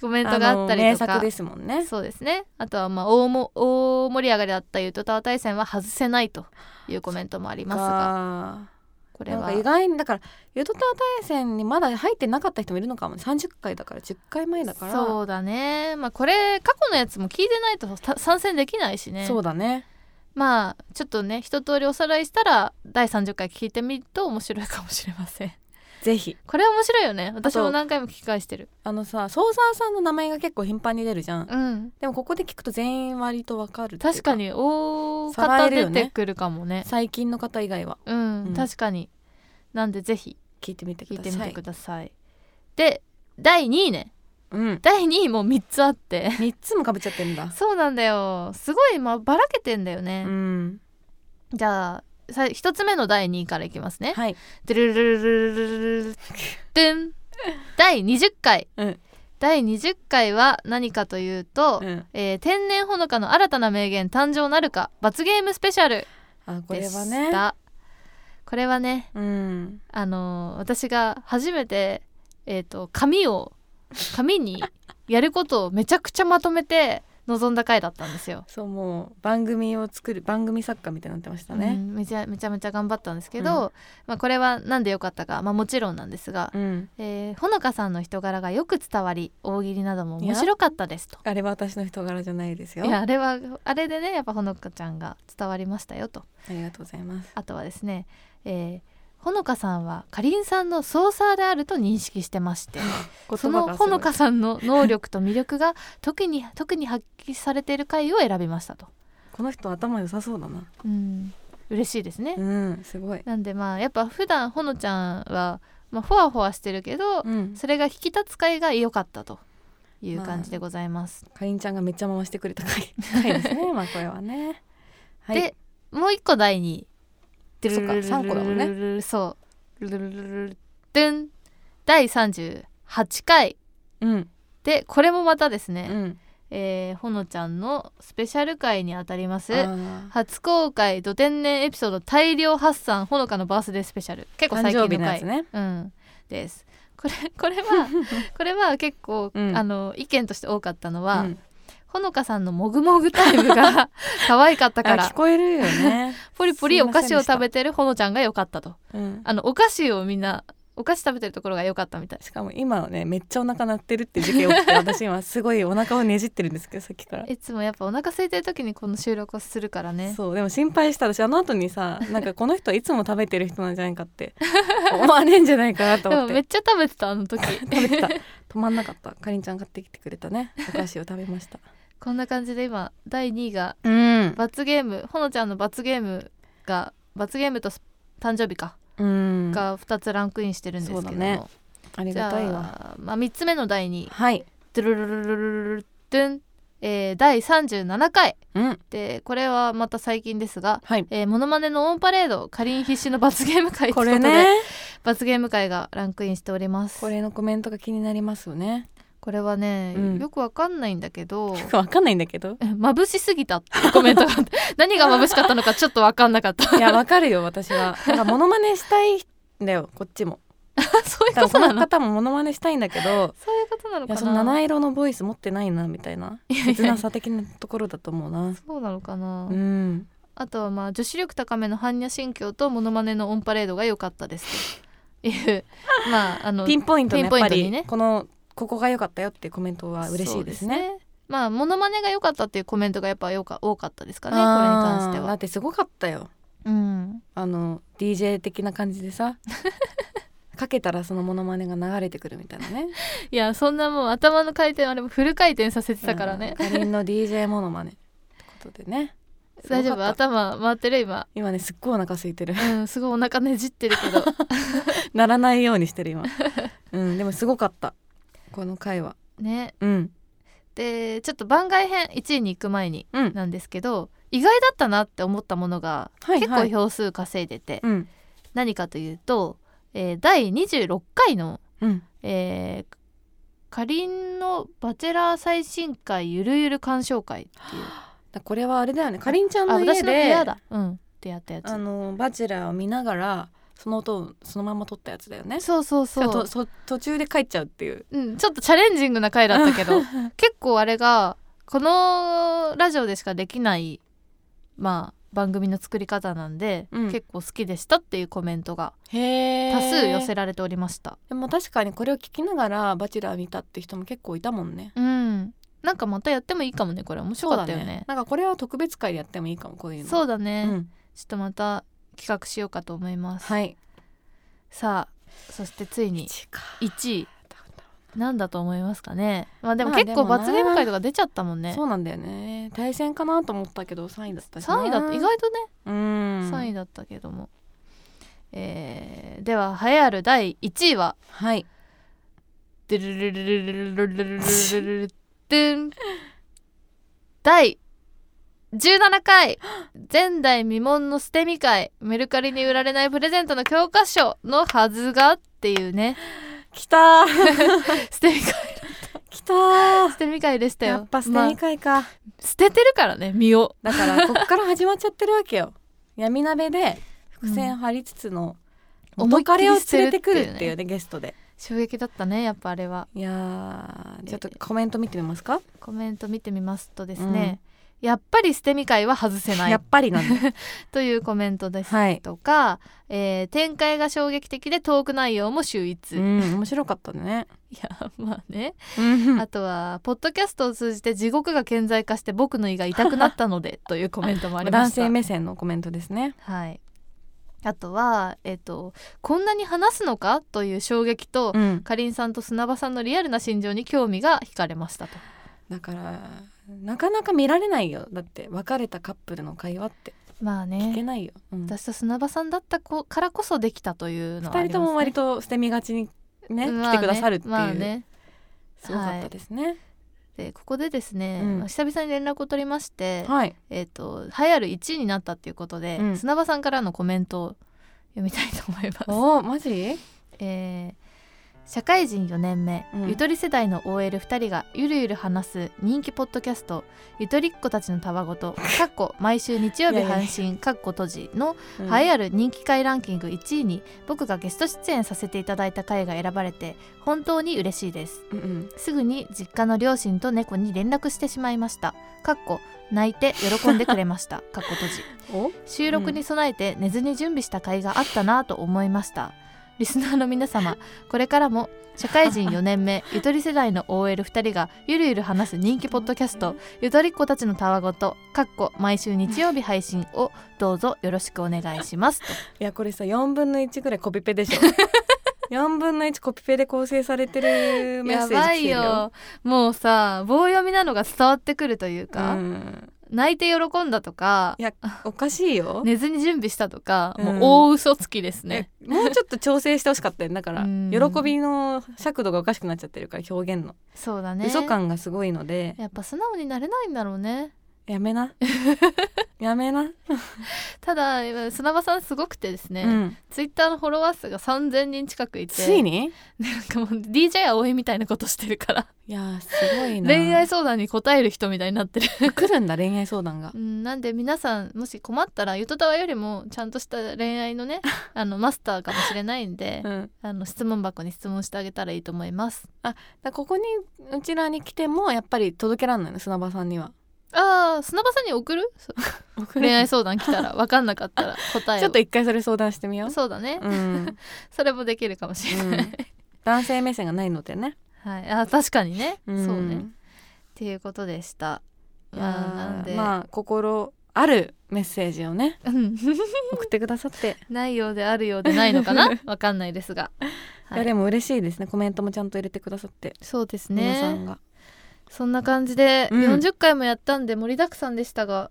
[SPEAKER 2] コメントがあったりとか
[SPEAKER 3] あの名作ですもんね
[SPEAKER 2] そうですねあとはまあ大も大盛り上がりだったゆとたわ大戦は外せないというコメントもありますが
[SPEAKER 3] が
[SPEAKER 2] これ
[SPEAKER 3] なん
[SPEAKER 2] は
[SPEAKER 3] か意外にだからゆとたわ大戦にまだ入ってなかった人もいるのかもね30回だから10回前だからそ
[SPEAKER 2] そうだねまあこれ過去のやつも聞いてないとた参戦できないし
[SPEAKER 3] う,、
[SPEAKER 2] ね
[SPEAKER 3] だね
[SPEAKER 2] まあちょっとね一通りおさらいしたら第30回聞いてみると面白いかもしれません
[SPEAKER 3] ぜひ
[SPEAKER 2] これ面白いよね私
[SPEAKER 3] あ
[SPEAKER 2] も
[SPEAKER 3] と
[SPEAKER 2] 何回も聞き返してる
[SPEAKER 3] あのさソーサーさんの名前が結構頻繁に出るじゃん
[SPEAKER 2] うん
[SPEAKER 3] でもここで聞くと全員割とわかるっていう
[SPEAKER 2] 確かに大
[SPEAKER 3] さら
[SPEAKER 2] 方
[SPEAKER 3] える
[SPEAKER 2] 出
[SPEAKER 3] よね
[SPEAKER 2] てくるかもね
[SPEAKER 3] 最近の方以外は
[SPEAKER 2] うん、
[SPEAKER 3] うん
[SPEAKER 2] 確かになんでぜひ
[SPEAKER 3] 聞いてみてく
[SPEAKER 2] 聞い
[SPEAKER 3] ださ
[SPEAKER 2] て
[SPEAKER 3] い
[SPEAKER 2] みてくださいで第2位ね
[SPEAKER 3] うん
[SPEAKER 2] 第2位も3つあって
[SPEAKER 3] 3つもかぶっちゃってんだ
[SPEAKER 2] そうなんだよすごい、まあ、ばらけてんだよ
[SPEAKER 3] う
[SPEAKER 2] ね、
[SPEAKER 3] ん
[SPEAKER 2] じゃあさ1つ目の第2位からいきますね
[SPEAKER 3] はい
[SPEAKER 2] ドゥルルルルルルルルルン第20回、
[SPEAKER 3] うん
[SPEAKER 2] 第20回は何かというと、
[SPEAKER 3] うん
[SPEAKER 2] えー天然ほのかの新たな名言誕生なるか罰ゲームスペシャル
[SPEAKER 3] あこ
[SPEAKER 2] で
[SPEAKER 3] れは
[SPEAKER 2] し
[SPEAKER 3] ね
[SPEAKER 2] たこれはね
[SPEAKER 3] うん
[SPEAKER 2] あのー私が初めてえっ、と紙を紙にやることをめちゃくちゃまとめて臨んだ回だったんですよ。
[SPEAKER 3] そうもう番組を作る番組作家みたいになってました
[SPEAKER 2] う
[SPEAKER 3] ね
[SPEAKER 2] んめちゃめちゃめちゃ頑張ったんですけど、まあ、これは何でよかったか、まあ、もちろんなんですが、
[SPEAKER 3] うん、
[SPEAKER 2] えーほのかさんの人柄がよく伝わり大喜利なども面白かったですと
[SPEAKER 3] あれは私の人柄じゃないですよ
[SPEAKER 2] いやあれはあれでねやっぱほのかちゃんが伝わりましたよと
[SPEAKER 3] ありがとうございます
[SPEAKER 2] あとはですね、えーほのかさんはかりんさんのソーサーであると認識してまして そのほのかさんの能力と魅力が特に特に発揮されている回を選びましたと
[SPEAKER 3] この人頭良さそうだな
[SPEAKER 2] うん嬉しいですね、
[SPEAKER 3] うんすごい
[SPEAKER 2] なんでまあやっぱ普段ほのちゃんは、まあ、ほわほわしてるけど、
[SPEAKER 3] うん
[SPEAKER 2] それが引き立つ回が良かったという感じでございます、
[SPEAKER 3] かりんちゃんがめっちゃ回してくれた回回ですねまあこれはねはい
[SPEAKER 2] でもう一個第二位
[SPEAKER 3] そっか三個だもん
[SPEAKER 2] ねそうルルルルルドゥン第38回
[SPEAKER 3] うん
[SPEAKER 2] でこれもまたです
[SPEAKER 3] う
[SPEAKER 2] ね、
[SPEAKER 3] ん
[SPEAKER 2] えーほのちゃんのスペシャル回にあたります
[SPEAKER 3] あー
[SPEAKER 2] 初公開ど天然エピソード大量発散ほのかのバースデースペシャル結構
[SPEAKER 3] 誕
[SPEAKER 2] 最近の
[SPEAKER 3] 生日のや
[SPEAKER 2] 回
[SPEAKER 3] つね
[SPEAKER 2] うん、ですこれ これ はこれは結構、
[SPEAKER 3] うん
[SPEAKER 2] あの意見として多かったのは、
[SPEAKER 3] うん
[SPEAKER 2] ほのかさんのもぐもぐタイム が可愛かった
[SPEAKER 3] あ
[SPEAKER 2] から
[SPEAKER 3] 聞こえるよ ね
[SPEAKER 2] ポリポリお菓子を食べ
[SPEAKER 3] て、
[SPEAKER 2] てるほのちゃんが良かったと
[SPEAKER 3] うん
[SPEAKER 2] あのお菓子をみんなお菓子食べてるところが良かったみたい
[SPEAKER 3] しかも今はねめっちゃお腹鳴ってるって事件起 きて私今すごいお腹をねじってるんですけどさっきから
[SPEAKER 2] いつもやっぱお腹空いてる時にこの収録をするからね
[SPEAKER 3] そうでも心配した私あの後にさなんかこの人はいつも食べてる人なんじゃないかって思われんじゃないかなと
[SPEAKER 2] で
[SPEAKER 3] 思
[SPEAKER 2] も
[SPEAKER 3] っ
[SPEAKER 2] めってちゃ食べてたあの時
[SPEAKER 3] 食べてた止まんなかったかりんちゃん買ってきてくれたねお菓子を食べました
[SPEAKER 2] こんな感じで今第2位が
[SPEAKER 3] うん
[SPEAKER 2] 罰ゲームほのちゃんの罰ゲームが罰ゲームと誕生日か、
[SPEAKER 3] うん
[SPEAKER 2] が2つランクインしてるんですけど
[SPEAKER 3] そ
[SPEAKER 2] も、
[SPEAKER 3] うだねあり
[SPEAKER 2] じ
[SPEAKER 3] が
[SPEAKER 2] ゃ
[SPEAKER 3] たいわ
[SPEAKER 2] あ、まあ、3つ目の第2位
[SPEAKER 3] はい
[SPEAKER 2] ドゥルルルルルルルドゥン、えー、第37回
[SPEAKER 3] うん
[SPEAKER 2] でこれはまた最近ですが
[SPEAKER 3] はい
[SPEAKER 2] えー、モノマネのオンパレードかりん必死の罰ゲーム会という
[SPEAKER 3] こ
[SPEAKER 2] ことで
[SPEAKER 3] れね
[SPEAKER 2] 罰ゲーム会がランクインしております
[SPEAKER 3] これのコメントが気になります よね
[SPEAKER 2] これはね、
[SPEAKER 3] うん
[SPEAKER 2] よくわかんないんだけど
[SPEAKER 3] よくわかんないんだけど
[SPEAKER 2] え眩しすぎたっていうコメントがあって何が眩しかったのかちょっとわかんなかった
[SPEAKER 3] いやわかるよ私はなんかモノマネしたいんだよこっちも
[SPEAKER 2] そういう
[SPEAKER 3] 多
[SPEAKER 2] こ
[SPEAKER 3] 分
[SPEAKER 2] と
[SPEAKER 3] こ
[SPEAKER 2] な
[SPEAKER 3] の
[SPEAKER 2] の
[SPEAKER 3] 方もモノマネしたいんだけど
[SPEAKER 2] そういうことなの
[SPEAKER 3] いや
[SPEAKER 2] か
[SPEAKER 3] その
[SPEAKER 2] な
[SPEAKER 3] 七色のボイス持ってないなみたいない
[SPEAKER 2] やいや
[SPEAKER 3] 切なさ的なところだと思うな
[SPEAKER 2] そうなのかな、
[SPEAKER 3] うん
[SPEAKER 2] あとはまあ女子力高めの般若心経とモノマネのオンパレードが良かったですというまああの
[SPEAKER 3] ピンポイント
[SPEAKER 2] ピ
[SPEAKER 3] ねや
[SPEAKER 2] ン
[SPEAKER 3] っ
[SPEAKER 2] ポイン
[SPEAKER 3] ぱ
[SPEAKER 2] トにね
[SPEAKER 3] りこのここが良かったよっていうコメントは嬉しいですね
[SPEAKER 2] そうまあモノマネが良かったっていうコメントがやっぱよか多かったですかねこれに
[SPEAKER 3] あー
[SPEAKER 2] 関して
[SPEAKER 3] だ
[SPEAKER 2] は
[SPEAKER 3] ってすごかったよ
[SPEAKER 2] うん
[SPEAKER 3] あの DJ 的な感じ でさかけたらそのモノマネが流れてくるみたいなね
[SPEAKER 2] いやそんなもう頭の回転あれもフル回転させてたからね
[SPEAKER 3] うんかりんの DJ モノマネってことでね
[SPEAKER 2] 大丈
[SPEAKER 3] すご
[SPEAKER 2] 夫
[SPEAKER 3] かった
[SPEAKER 2] 頭回ってる今
[SPEAKER 3] 今ねすっごいお腹空いてる
[SPEAKER 2] うんすごいお腹ねじってるけ ど
[SPEAKER 3] ならないようにして る今うんでもすごかったこの回は
[SPEAKER 2] ね
[SPEAKER 3] うん
[SPEAKER 2] でちょっと番外編1位に行く前に
[SPEAKER 3] うん
[SPEAKER 2] なんですけど意外だったなって思ったものが
[SPEAKER 3] はい
[SPEAKER 2] 結
[SPEAKER 3] は
[SPEAKER 2] 構
[SPEAKER 3] い
[SPEAKER 2] 票数稼いでて
[SPEAKER 3] うん
[SPEAKER 2] 何かというと、えー第26回の
[SPEAKER 3] うん
[SPEAKER 2] 「えー、かりんのバチェラー最新回ゆるゆる鑑賞会」っていう
[SPEAKER 3] だこれはあれだよねかりんちゃん
[SPEAKER 2] あ
[SPEAKER 3] の家
[SPEAKER 2] 私の部
[SPEAKER 3] で
[SPEAKER 2] 屋だうんってやったや
[SPEAKER 3] あ
[SPEAKER 2] つ
[SPEAKER 3] のバチェラーを見ながらその音をそのまま撮ったやつだよね
[SPEAKER 2] そうそうそ
[SPEAKER 3] と
[SPEAKER 2] う、
[SPEAKER 3] そ途中で帰っちゃうっていう
[SPEAKER 2] うん、ちょっとチャレンジングな回だったけど 結構あれがこのラジオでしかできないまあ番組の作り方なんで、
[SPEAKER 3] うん
[SPEAKER 2] 結構好きでしたっていうコメントが
[SPEAKER 3] へえ
[SPEAKER 2] 多数寄せられておりました、
[SPEAKER 3] でも確かにこれを聞きながら「バチェラー」見たって人も結構いたもんね。
[SPEAKER 2] うんなんかまたやってもいいかもねこれ面白かったよ
[SPEAKER 3] そうだ
[SPEAKER 2] ね
[SPEAKER 3] なんかこれは特別会でやってもいいかもこういうの。
[SPEAKER 2] そううだね、
[SPEAKER 3] ん、
[SPEAKER 2] ちょっとまた企画しようかと思います、
[SPEAKER 3] はい。
[SPEAKER 2] さあそしてついに
[SPEAKER 3] か
[SPEAKER 2] 1位なんだと思いますかねまあでも
[SPEAKER 3] まあ
[SPEAKER 2] 結構
[SPEAKER 3] でもな
[SPEAKER 2] 罰ゲーム会とか出ちゃったもんね
[SPEAKER 3] そうなんだよね。対戦かなと思ったけど3位だったしな。
[SPEAKER 2] 3位だった意外とね、
[SPEAKER 3] うん。
[SPEAKER 2] 3位だったけどもえー、では栄えある第1位 は
[SPEAKER 3] はい。
[SPEAKER 2] 「ドゥルルルルルルルルルルルルドゥン」第17回前代未聞の捨て身会メルカリに売られないプレゼントの教科書のはずがっていうね
[SPEAKER 3] きた
[SPEAKER 2] 捨て身会
[SPEAKER 3] きたー
[SPEAKER 2] 捨て身会でしたよ
[SPEAKER 3] やっぱ捨てに
[SPEAKER 2] ま
[SPEAKER 3] 会か。
[SPEAKER 2] あ捨ててるからね身を
[SPEAKER 3] だからこっから始まっちゃってるわ けよ。闇鍋で伏線張りつつの元彼を連れてくるっていうねゲストで。
[SPEAKER 2] 衝撃だったねやっぱあれはい
[SPEAKER 3] やーちょっとコメント見てみますか。
[SPEAKER 2] コメント見てみますとですね、やっぱり捨て身会は外せな
[SPEAKER 3] や
[SPEAKER 2] い
[SPEAKER 3] っぱりなんだ。
[SPEAKER 2] というコメントです
[SPEAKER 3] はい。
[SPEAKER 2] とか、えー展開が衝撃的でトーク内容も秀逸、
[SPEAKER 3] う
[SPEAKER 2] い
[SPEAKER 3] ん面白かったね。
[SPEAKER 2] やまあね、
[SPEAKER 3] あ
[SPEAKER 2] あとはポッドキャストを通じて地獄が顕在化して僕の胃が痛くなったのでというコメントもありま
[SPEAKER 3] 男
[SPEAKER 2] した
[SPEAKER 3] 性目線のコメントですね。
[SPEAKER 2] はいあとはえっ、とこんなに話すのかという衝撃と、
[SPEAKER 3] うん、
[SPEAKER 2] かりんさんと砂場さんのリアルな心情に興味が惹かれましたと
[SPEAKER 3] だからなかなか見られないよだって別れたカップルの会話って
[SPEAKER 2] まあ
[SPEAKER 3] 聞け
[SPEAKER 2] ね
[SPEAKER 3] ないよ、うん
[SPEAKER 2] 私と砂場さんだったこからこそできたというのはあ
[SPEAKER 3] 二
[SPEAKER 2] り
[SPEAKER 3] 人
[SPEAKER 2] ます、ね、
[SPEAKER 3] とも割と捨て身がちにね、
[SPEAKER 2] うん
[SPEAKER 3] 来てくださるっていう、
[SPEAKER 2] まあね
[SPEAKER 3] すごかったですね
[SPEAKER 2] でここでですね、
[SPEAKER 3] うん
[SPEAKER 2] まあ久々に連絡を取りまして、
[SPEAKER 3] はい
[SPEAKER 2] えっ、と栄えある1位になったっていうことで、
[SPEAKER 3] うん
[SPEAKER 2] 砂場さんからのコメントを読みたいと思います。
[SPEAKER 3] おおマジ
[SPEAKER 2] えー社会人4年目、
[SPEAKER 3] うん
[SPEAKER 2] ゆとり世代の OL2 人がゆるゆる話す人気ポッドキャスト「ゆとりっ子たちのたわごと」かっこ毎週日曜日配信かっこ閉じの
[SPEAKER 3] うん
[SPEAKER 2] 栄えある人気回ランキング1位に僕がゲスト出演させていただいた回が選ばれて本当に嬉しいです
[SPEAKER 3] うんうん
[SPEAKER 2] すぐに実家の両親と猫に連絡してしまいました。かっこ泣いて喜んでくれま した。かっこ閉じ。
[SPEAKER 3] お
[SPEAKER 2] 収録に備えて寝ずに準備した甲斐があったなぁと思いました。リスナーの皆 様、これからも社会人4年目、 ゆとり世代の OL2 人がゆるゆる話す人気ポッドキャスト、ゆとりっ子たちのたわごと、かっこ毎週日曜日配信をどうぞよろしくお願いします。と
[SPEAKER 3] いやこれさ4分の1ぐらいコピ ペでしょ4分の1コピペで構成されてる メッセージ来てるよ。
[SPEAKER 2] もうさ、棒読みなのが伝わってくるというか、
[SPEAKER 3] うん
[SPEAKER 2] 泣いて喜んだとか
[SPEAKER 3] い、やおかしいよ、
[SPEAKER 2] 寝ずに準備したとか、
[SPEAKER 3] うん
[SPEAKER 2] もう大嘘つきですね。
[SPEAKER 3] えもうちょっと調整してほしかったよだから
[SPEAKER 2] うん
[SPEAKER 3] 喜びの尺度がおかしくなっちゃってるから表現の、
[SPEAKER 2] そうだね。
[SPEAKER 3] 嘘感がすごいので
[SPEAKER 2] やっぱ素直になれないんだろうね。
[SPEAKER 4] やめ なやめな、
[SPEAKER 2] ただ今砂場さんすごくてですね、
[SPEAKER 4] うん、
[SPEAKER 2] ツイッターのフォロワー数が3000人近くいて
[SPEAKER 3] ついに
[SPEAKER 2] なんかもう DJ 葵みたいなことしてるから
[SPEAKER 3] いやーすごいな
[SPEAKER 2] 恋愛相談に答える人みたいになってる、
[SPEAKER 3] 来るんだ恋愛相談が
[SPEAKER 2] うん、なんで皆さんもし困ったらゆとたわよりもちゃんとした恋愛 のねあのマスターかもしれないんで、
[SPEAKER 4] うん、
[SPEAKER 2] あの質問箱に質問してあげたらいいと思います
[SPEAKER 3] だここにうちらに来てもやっぱり届けらんないの砂場さんには
[SPEAKER 2] ああ砂場さんに送るそ恋愛相談来たら 分かんなかったら答えを
[SPEAKER 3] ちょっと一回それ相談してみよう
[SPEAKER 2] そうだね、
[SPEAKER 3] うん、
[SPEAKER 2] それもできるかもしれない、
[SPEAKER 3] 男性目線がないのでね、
[SPEAKER 2] はい、あー確かにね、
[SPEAKER 3] ん
[SPEAKER 2] そうねっていうことでした
[SPEAKER 3] い
[SPEAKER 2] いや
[SPEAKER 3] や
[SPEAKER 2] ー
[SPEAKER 3] ー
[SPEAKER 2] なんで、
[SPEAKER 3] まあ心あるメッセージをね
[SPEAKER 2] うん
[SPEAKER 4] 送ってくださって、
[SPEAKER 2] ないようであるようでないのか なわかんないですが、
[SPEAKER 3] い
[SPEAKER 2] は
[SPEAKER 3] や
[SPEAKER 2] い
[SPEAKER 3] でも嬉しいですねコメントもちゃんと入れてくださって、
[SPEAKER 2] そうです
[SPEAKER 3] 皆さん
[SPEAKER 2] ね
[SPEAKER 3] が
[SPEAKER 2] そんな感じで
[SPEAKER 3] うん
[SPEAKER 2] 40回もやったんで盛りだくさんでしたが、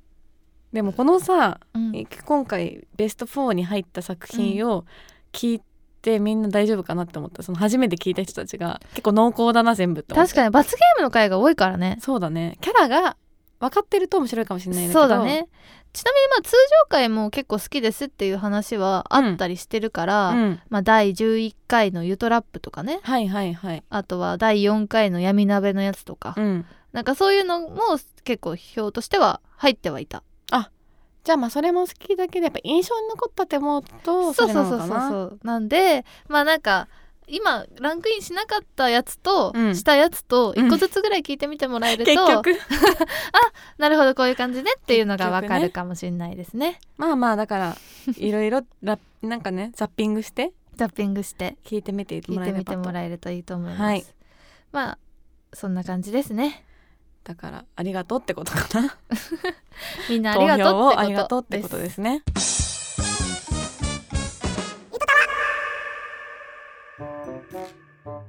[SPEAKER 3] でもこのさ、
[SPEAKER 2] うん
[SPEAKER 3] 今回ベスト4に入った作品を聞いてみんな大丈夫かなって思ったその初めて聞いた人たちが結構濃厚だな全部って思って
[SPEAKER 2] 確かに罰ゲームの回が多いからね
[SPEAKER 3] そうだねキャラが分かってると面白いかもしれないんだけど
[SPEAKER 2] そうだねちなみにまあ通常回も結構好きですっていう話はあったりしてるから、
[SPEAKER 3] うん
[SPEAKER 2] まあ、第11回の「ゆとラップ」とかね
[SPEAKER 3] はいはいはい
[SPEAKER 2] あとは第4回の「闇鍋」のやつとか、
[SPEAKER 3] うん
[SPEAKER 2] なんかそういうのも結構表としては入ってはいた
[SPEAKER 3] じゃあまあそれも好きだけどやっぱ印象に残ったって思うと
[SPEAKER 2] そう
[SPEAKER 3] れ
[SPEAKER 2] そ
[SPEAKER 3] な
[SPEAKER 2] う
[SPEAKER 3] の
[SPEAKER 2] そう
[SPEAKER 3] か
[SPEAKER 2] そう
[SPEAKER 3] な
[SPEAKER 2] そうなんでまあなんか今ランクインしなかったやつと、
[SPEAKER 3] うん
[SPEAKER 2] したやつと
[SPEAKER 3] うん
[SPEAKER 2] 一個ずつぐらい聞いてみてもらえると、
[SPEAKER 3] 結局
[SPEAKER 2] なるほどこういう感じねっていうのが
[SPEAKER 3] 結
[SPEAKER 2] わ
[SPEAKER 3] 局ね
[SPEAKER 2] かるかもしれないですね
[SPEAKER 3] まあまあだからいろいろラなんかねザッピングして
[SPEAKER 2] ザッピングして
[SPEAKER 3] 聞いてみて
[SPEAKER 2] 聞
[SPEAKER 3] も
[SPEAKER 2] い
[SPEAKER 3] ら
[SPEAKER 2] て
[SPEAKER 3] えれ
[SPEAKER 2] み
[SPEAKER 3] ば
[SPEAKER 2] て
[SPEAKER 3] と
[SPEAKER 2] もらえるといいと思います、
[SPEAKER 3] はい
[SPEAKER 2] まあそんな感じですね
[SPEAKER 3] だからありがとうってことかな
[SPEAKER 2] みん なあり
[SPEAKER 3] 投
[SPEAKER 2] が
[SPEAKER 3] 票
[SPEAKER 2] とう
[SPEAKER 3] をあ
[SPEAKER 2] っ
[SPEAKER 3] り
[SPEAKER 2] て
[SPEAKER 3] が
[SPEAKER 2] こと
[SPEAKER 3] うっ
[SPEAKER 2] とで
[SPEAKER 3] て
[SPEAKER 2] す
[SPEAKER 3] ことで すね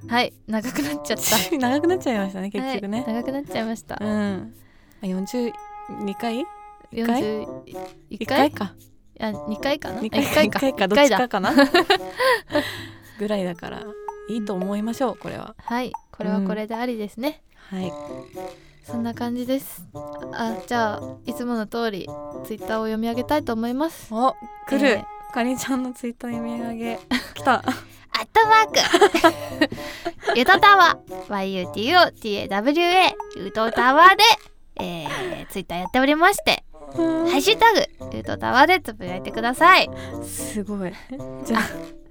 [SPEAKER 2] はい長くなっちゃっ
[SPEAKER 3] 長くなっちゃいましたね
[SPEAKER 2] た
[SPEAKER 3] 結局ね、
[SPEAKER 2] はい、長くなっちゃいました
[SPEAKER 3] うんあ42回
[SPEAKER 2] 41
[SPEAKER 3] 回
[SPEAKER 2] 回
[SPEAKER 3] 1回か
[SPEAKER 2] あ2回かな1
[SPEAKER 3] 2回か
[SPEAKER 2] 回
[SPEAKER 3] 1
[SPEAKER 2] か
[SPEAKER 3] 回かどっちか かなぐらいだからいいと思いましょうこれは
[SPEAKER 2] はいこれはこれでありですね、
[SPEAKER 3] はい
[SPEAKER 2] そんな感じです。あ、じゃあいつもの通りツイッターを読み上げたいと思います。
[SPEAKER 3] お来る、
[SPEAKER 2] えー
[SPEAKER 3] かりんちゃんのツイッター読み上げ来た
[SPEAKER 1] アットマーク ゆとたわ YUTOTAWA ゆとたわで、えー、ツイッターやっておりましてハッシュタグゆとたわでつぶやいてください
[SPEAKER 3] すごい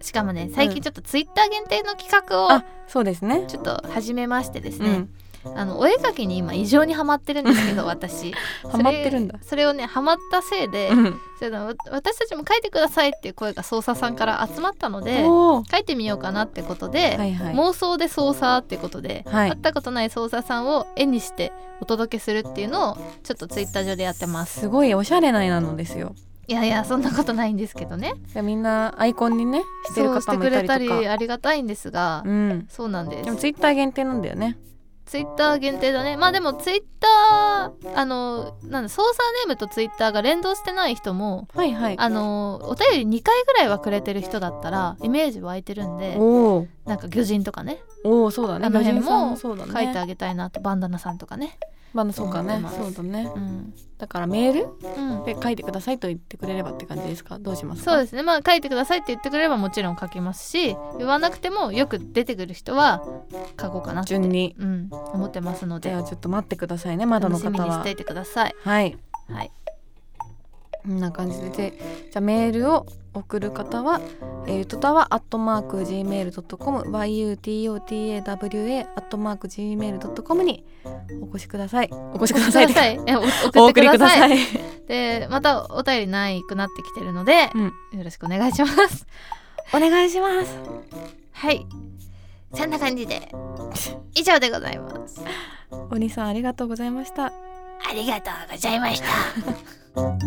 [SPEAKER 1] しかもね最近ちょっとツイッター限定の企画を
[SPEAKER 3] あそうですね
[SPEAKER 1] ちょっと始めましてです
[SPEAKER 3] う
[SPEAKER 1] ね、
[SPEAKER 3] ん
[SPEAKER 1] あのお絵描きに今異常にハマってるんですけど私
[SPEAKER 3] ハマってるんだ
[SPEAKER 1] それをねハマったせいで、
[SPEAKER 3] うん
[SPEAKER 1] それでわ私たちも描いてくださいっていう声が操作さんから集まったので
[SPEAKER 3] おー
[SPEAKER 1] 描いてみようかなってことで、
[SPEAKER 3] はいはい
[SPEAKER 1] 妄想で操作ってことで、
[SPEAKER 3] はい
[SPEAKER 1] 会ったことない操作さんを絵にしてお届けするっていうのをちょっとツイッター上でやってます
[SPEAKER 3] すごいおしゃれな絵なのですよ
[SPEAKER 1] いやいやそんなことないんですけど ね
[SPEAKER 3] でみんなアイコンにねしてる
[SPEAKER 2] そうし
[SPEAKER 3] 方
[SPEAKER 2] て
[SPEAKER 3] も
[SPEAKER 2] く
[SPEAKER 3] いた
[SPEAKER 2] れ
[SPEAKER 3] り
[SPEAKER 2] た
[SPEAKER 3] とか
[SPEAKER 2] りありがたいんですが、
[SPEAKER 3] うん
[SPEAKER 2] そうなんで
[SPEAKER 3] ですもツイッター限定なんだよね
[SPEAKER 2] ツイッター限定だねまあでもツイッターあのなんだ操作ネームとツイッターが連動してない人も
[SPEAKER 3] はいはい
[SPEAKER 2] あのお便り2回ぐらいはくれてる人だったらイメージ湧いてるんで
[SPEAKER 3] おー
[SPEAKER 2] なんか魚人とかね
[SPEAKER 3] おーそうだね
[SPEAKER 2] あの辺
[SPEAKER 3] 無人さん
[SPEAKER 2] も
[SPEAKER 3] そうだね
[SPEAKER 2] 書いてあげたいなってバンダナさんとかね
[SPEAKER 3] まあそうか
[SPEAKER 2] 思っ
[SPEAKER 3] ね
[SPEAKER 2] てます
[SPEAKER 3] そうだね
[SPEAKER 2] うん、
[SPEAKER 3] だからメール
[SPEAKER 2] うん、
[SPEAKER 3] で書いてくださいと言ってくれればって感じですかどうしますか
[SPEAKER 2] そうですすねまあ書いてくださいって言ってくれればもちろん書きますし言わなくてもよく出てくる人は書こうかなって
[SPEAKER 3] 順に
[SPEAKER 2] うん、思ってますの
[SPEAKER 3] で
[SPEAKER 2] で
[SPEAKER 3] はちょっと待ってくださいねまだ
[SPEAKER 2] 楽
[SPEAKER 3] の
[SPEAKER 2] しみ
[SPEAKER 3] 方
[SPEAKER 2] にし
[SPEAKER 3] は
[SPEAKER 2] ていてください
[SPEAKER 3] はい
[SPEAKER 2] はい
[SPEAKER 3] こんな感じででじゃあメールを送る方は、えー、ゆとたわアットマーク gmail.com yutotawa アットマーク gmail.com にお越しくださいお越しください
[SPEAKER 2] くだ さいえお
[SPEAKER 3] お
[SPEAKER 2] 送って
[SPEAKER 3] 送
[SPEAKER 2] く
[SPEAKER 3] り
[SPEAKER 2] だ
[SPEAKER 3] くだ
[SPEAKER 2] さい
[SPEAKER 3] さい
[SPEAKER 2] でまたお便りないくなってきてるので、よろしくお願いします
[SPEAKER 3] お願いします
[SPEAKER 1] はいそんな感じで以上でございます
[SPEAKER 3] お兄さんありがとうございました
[SPEAKER 1] ありがとうございました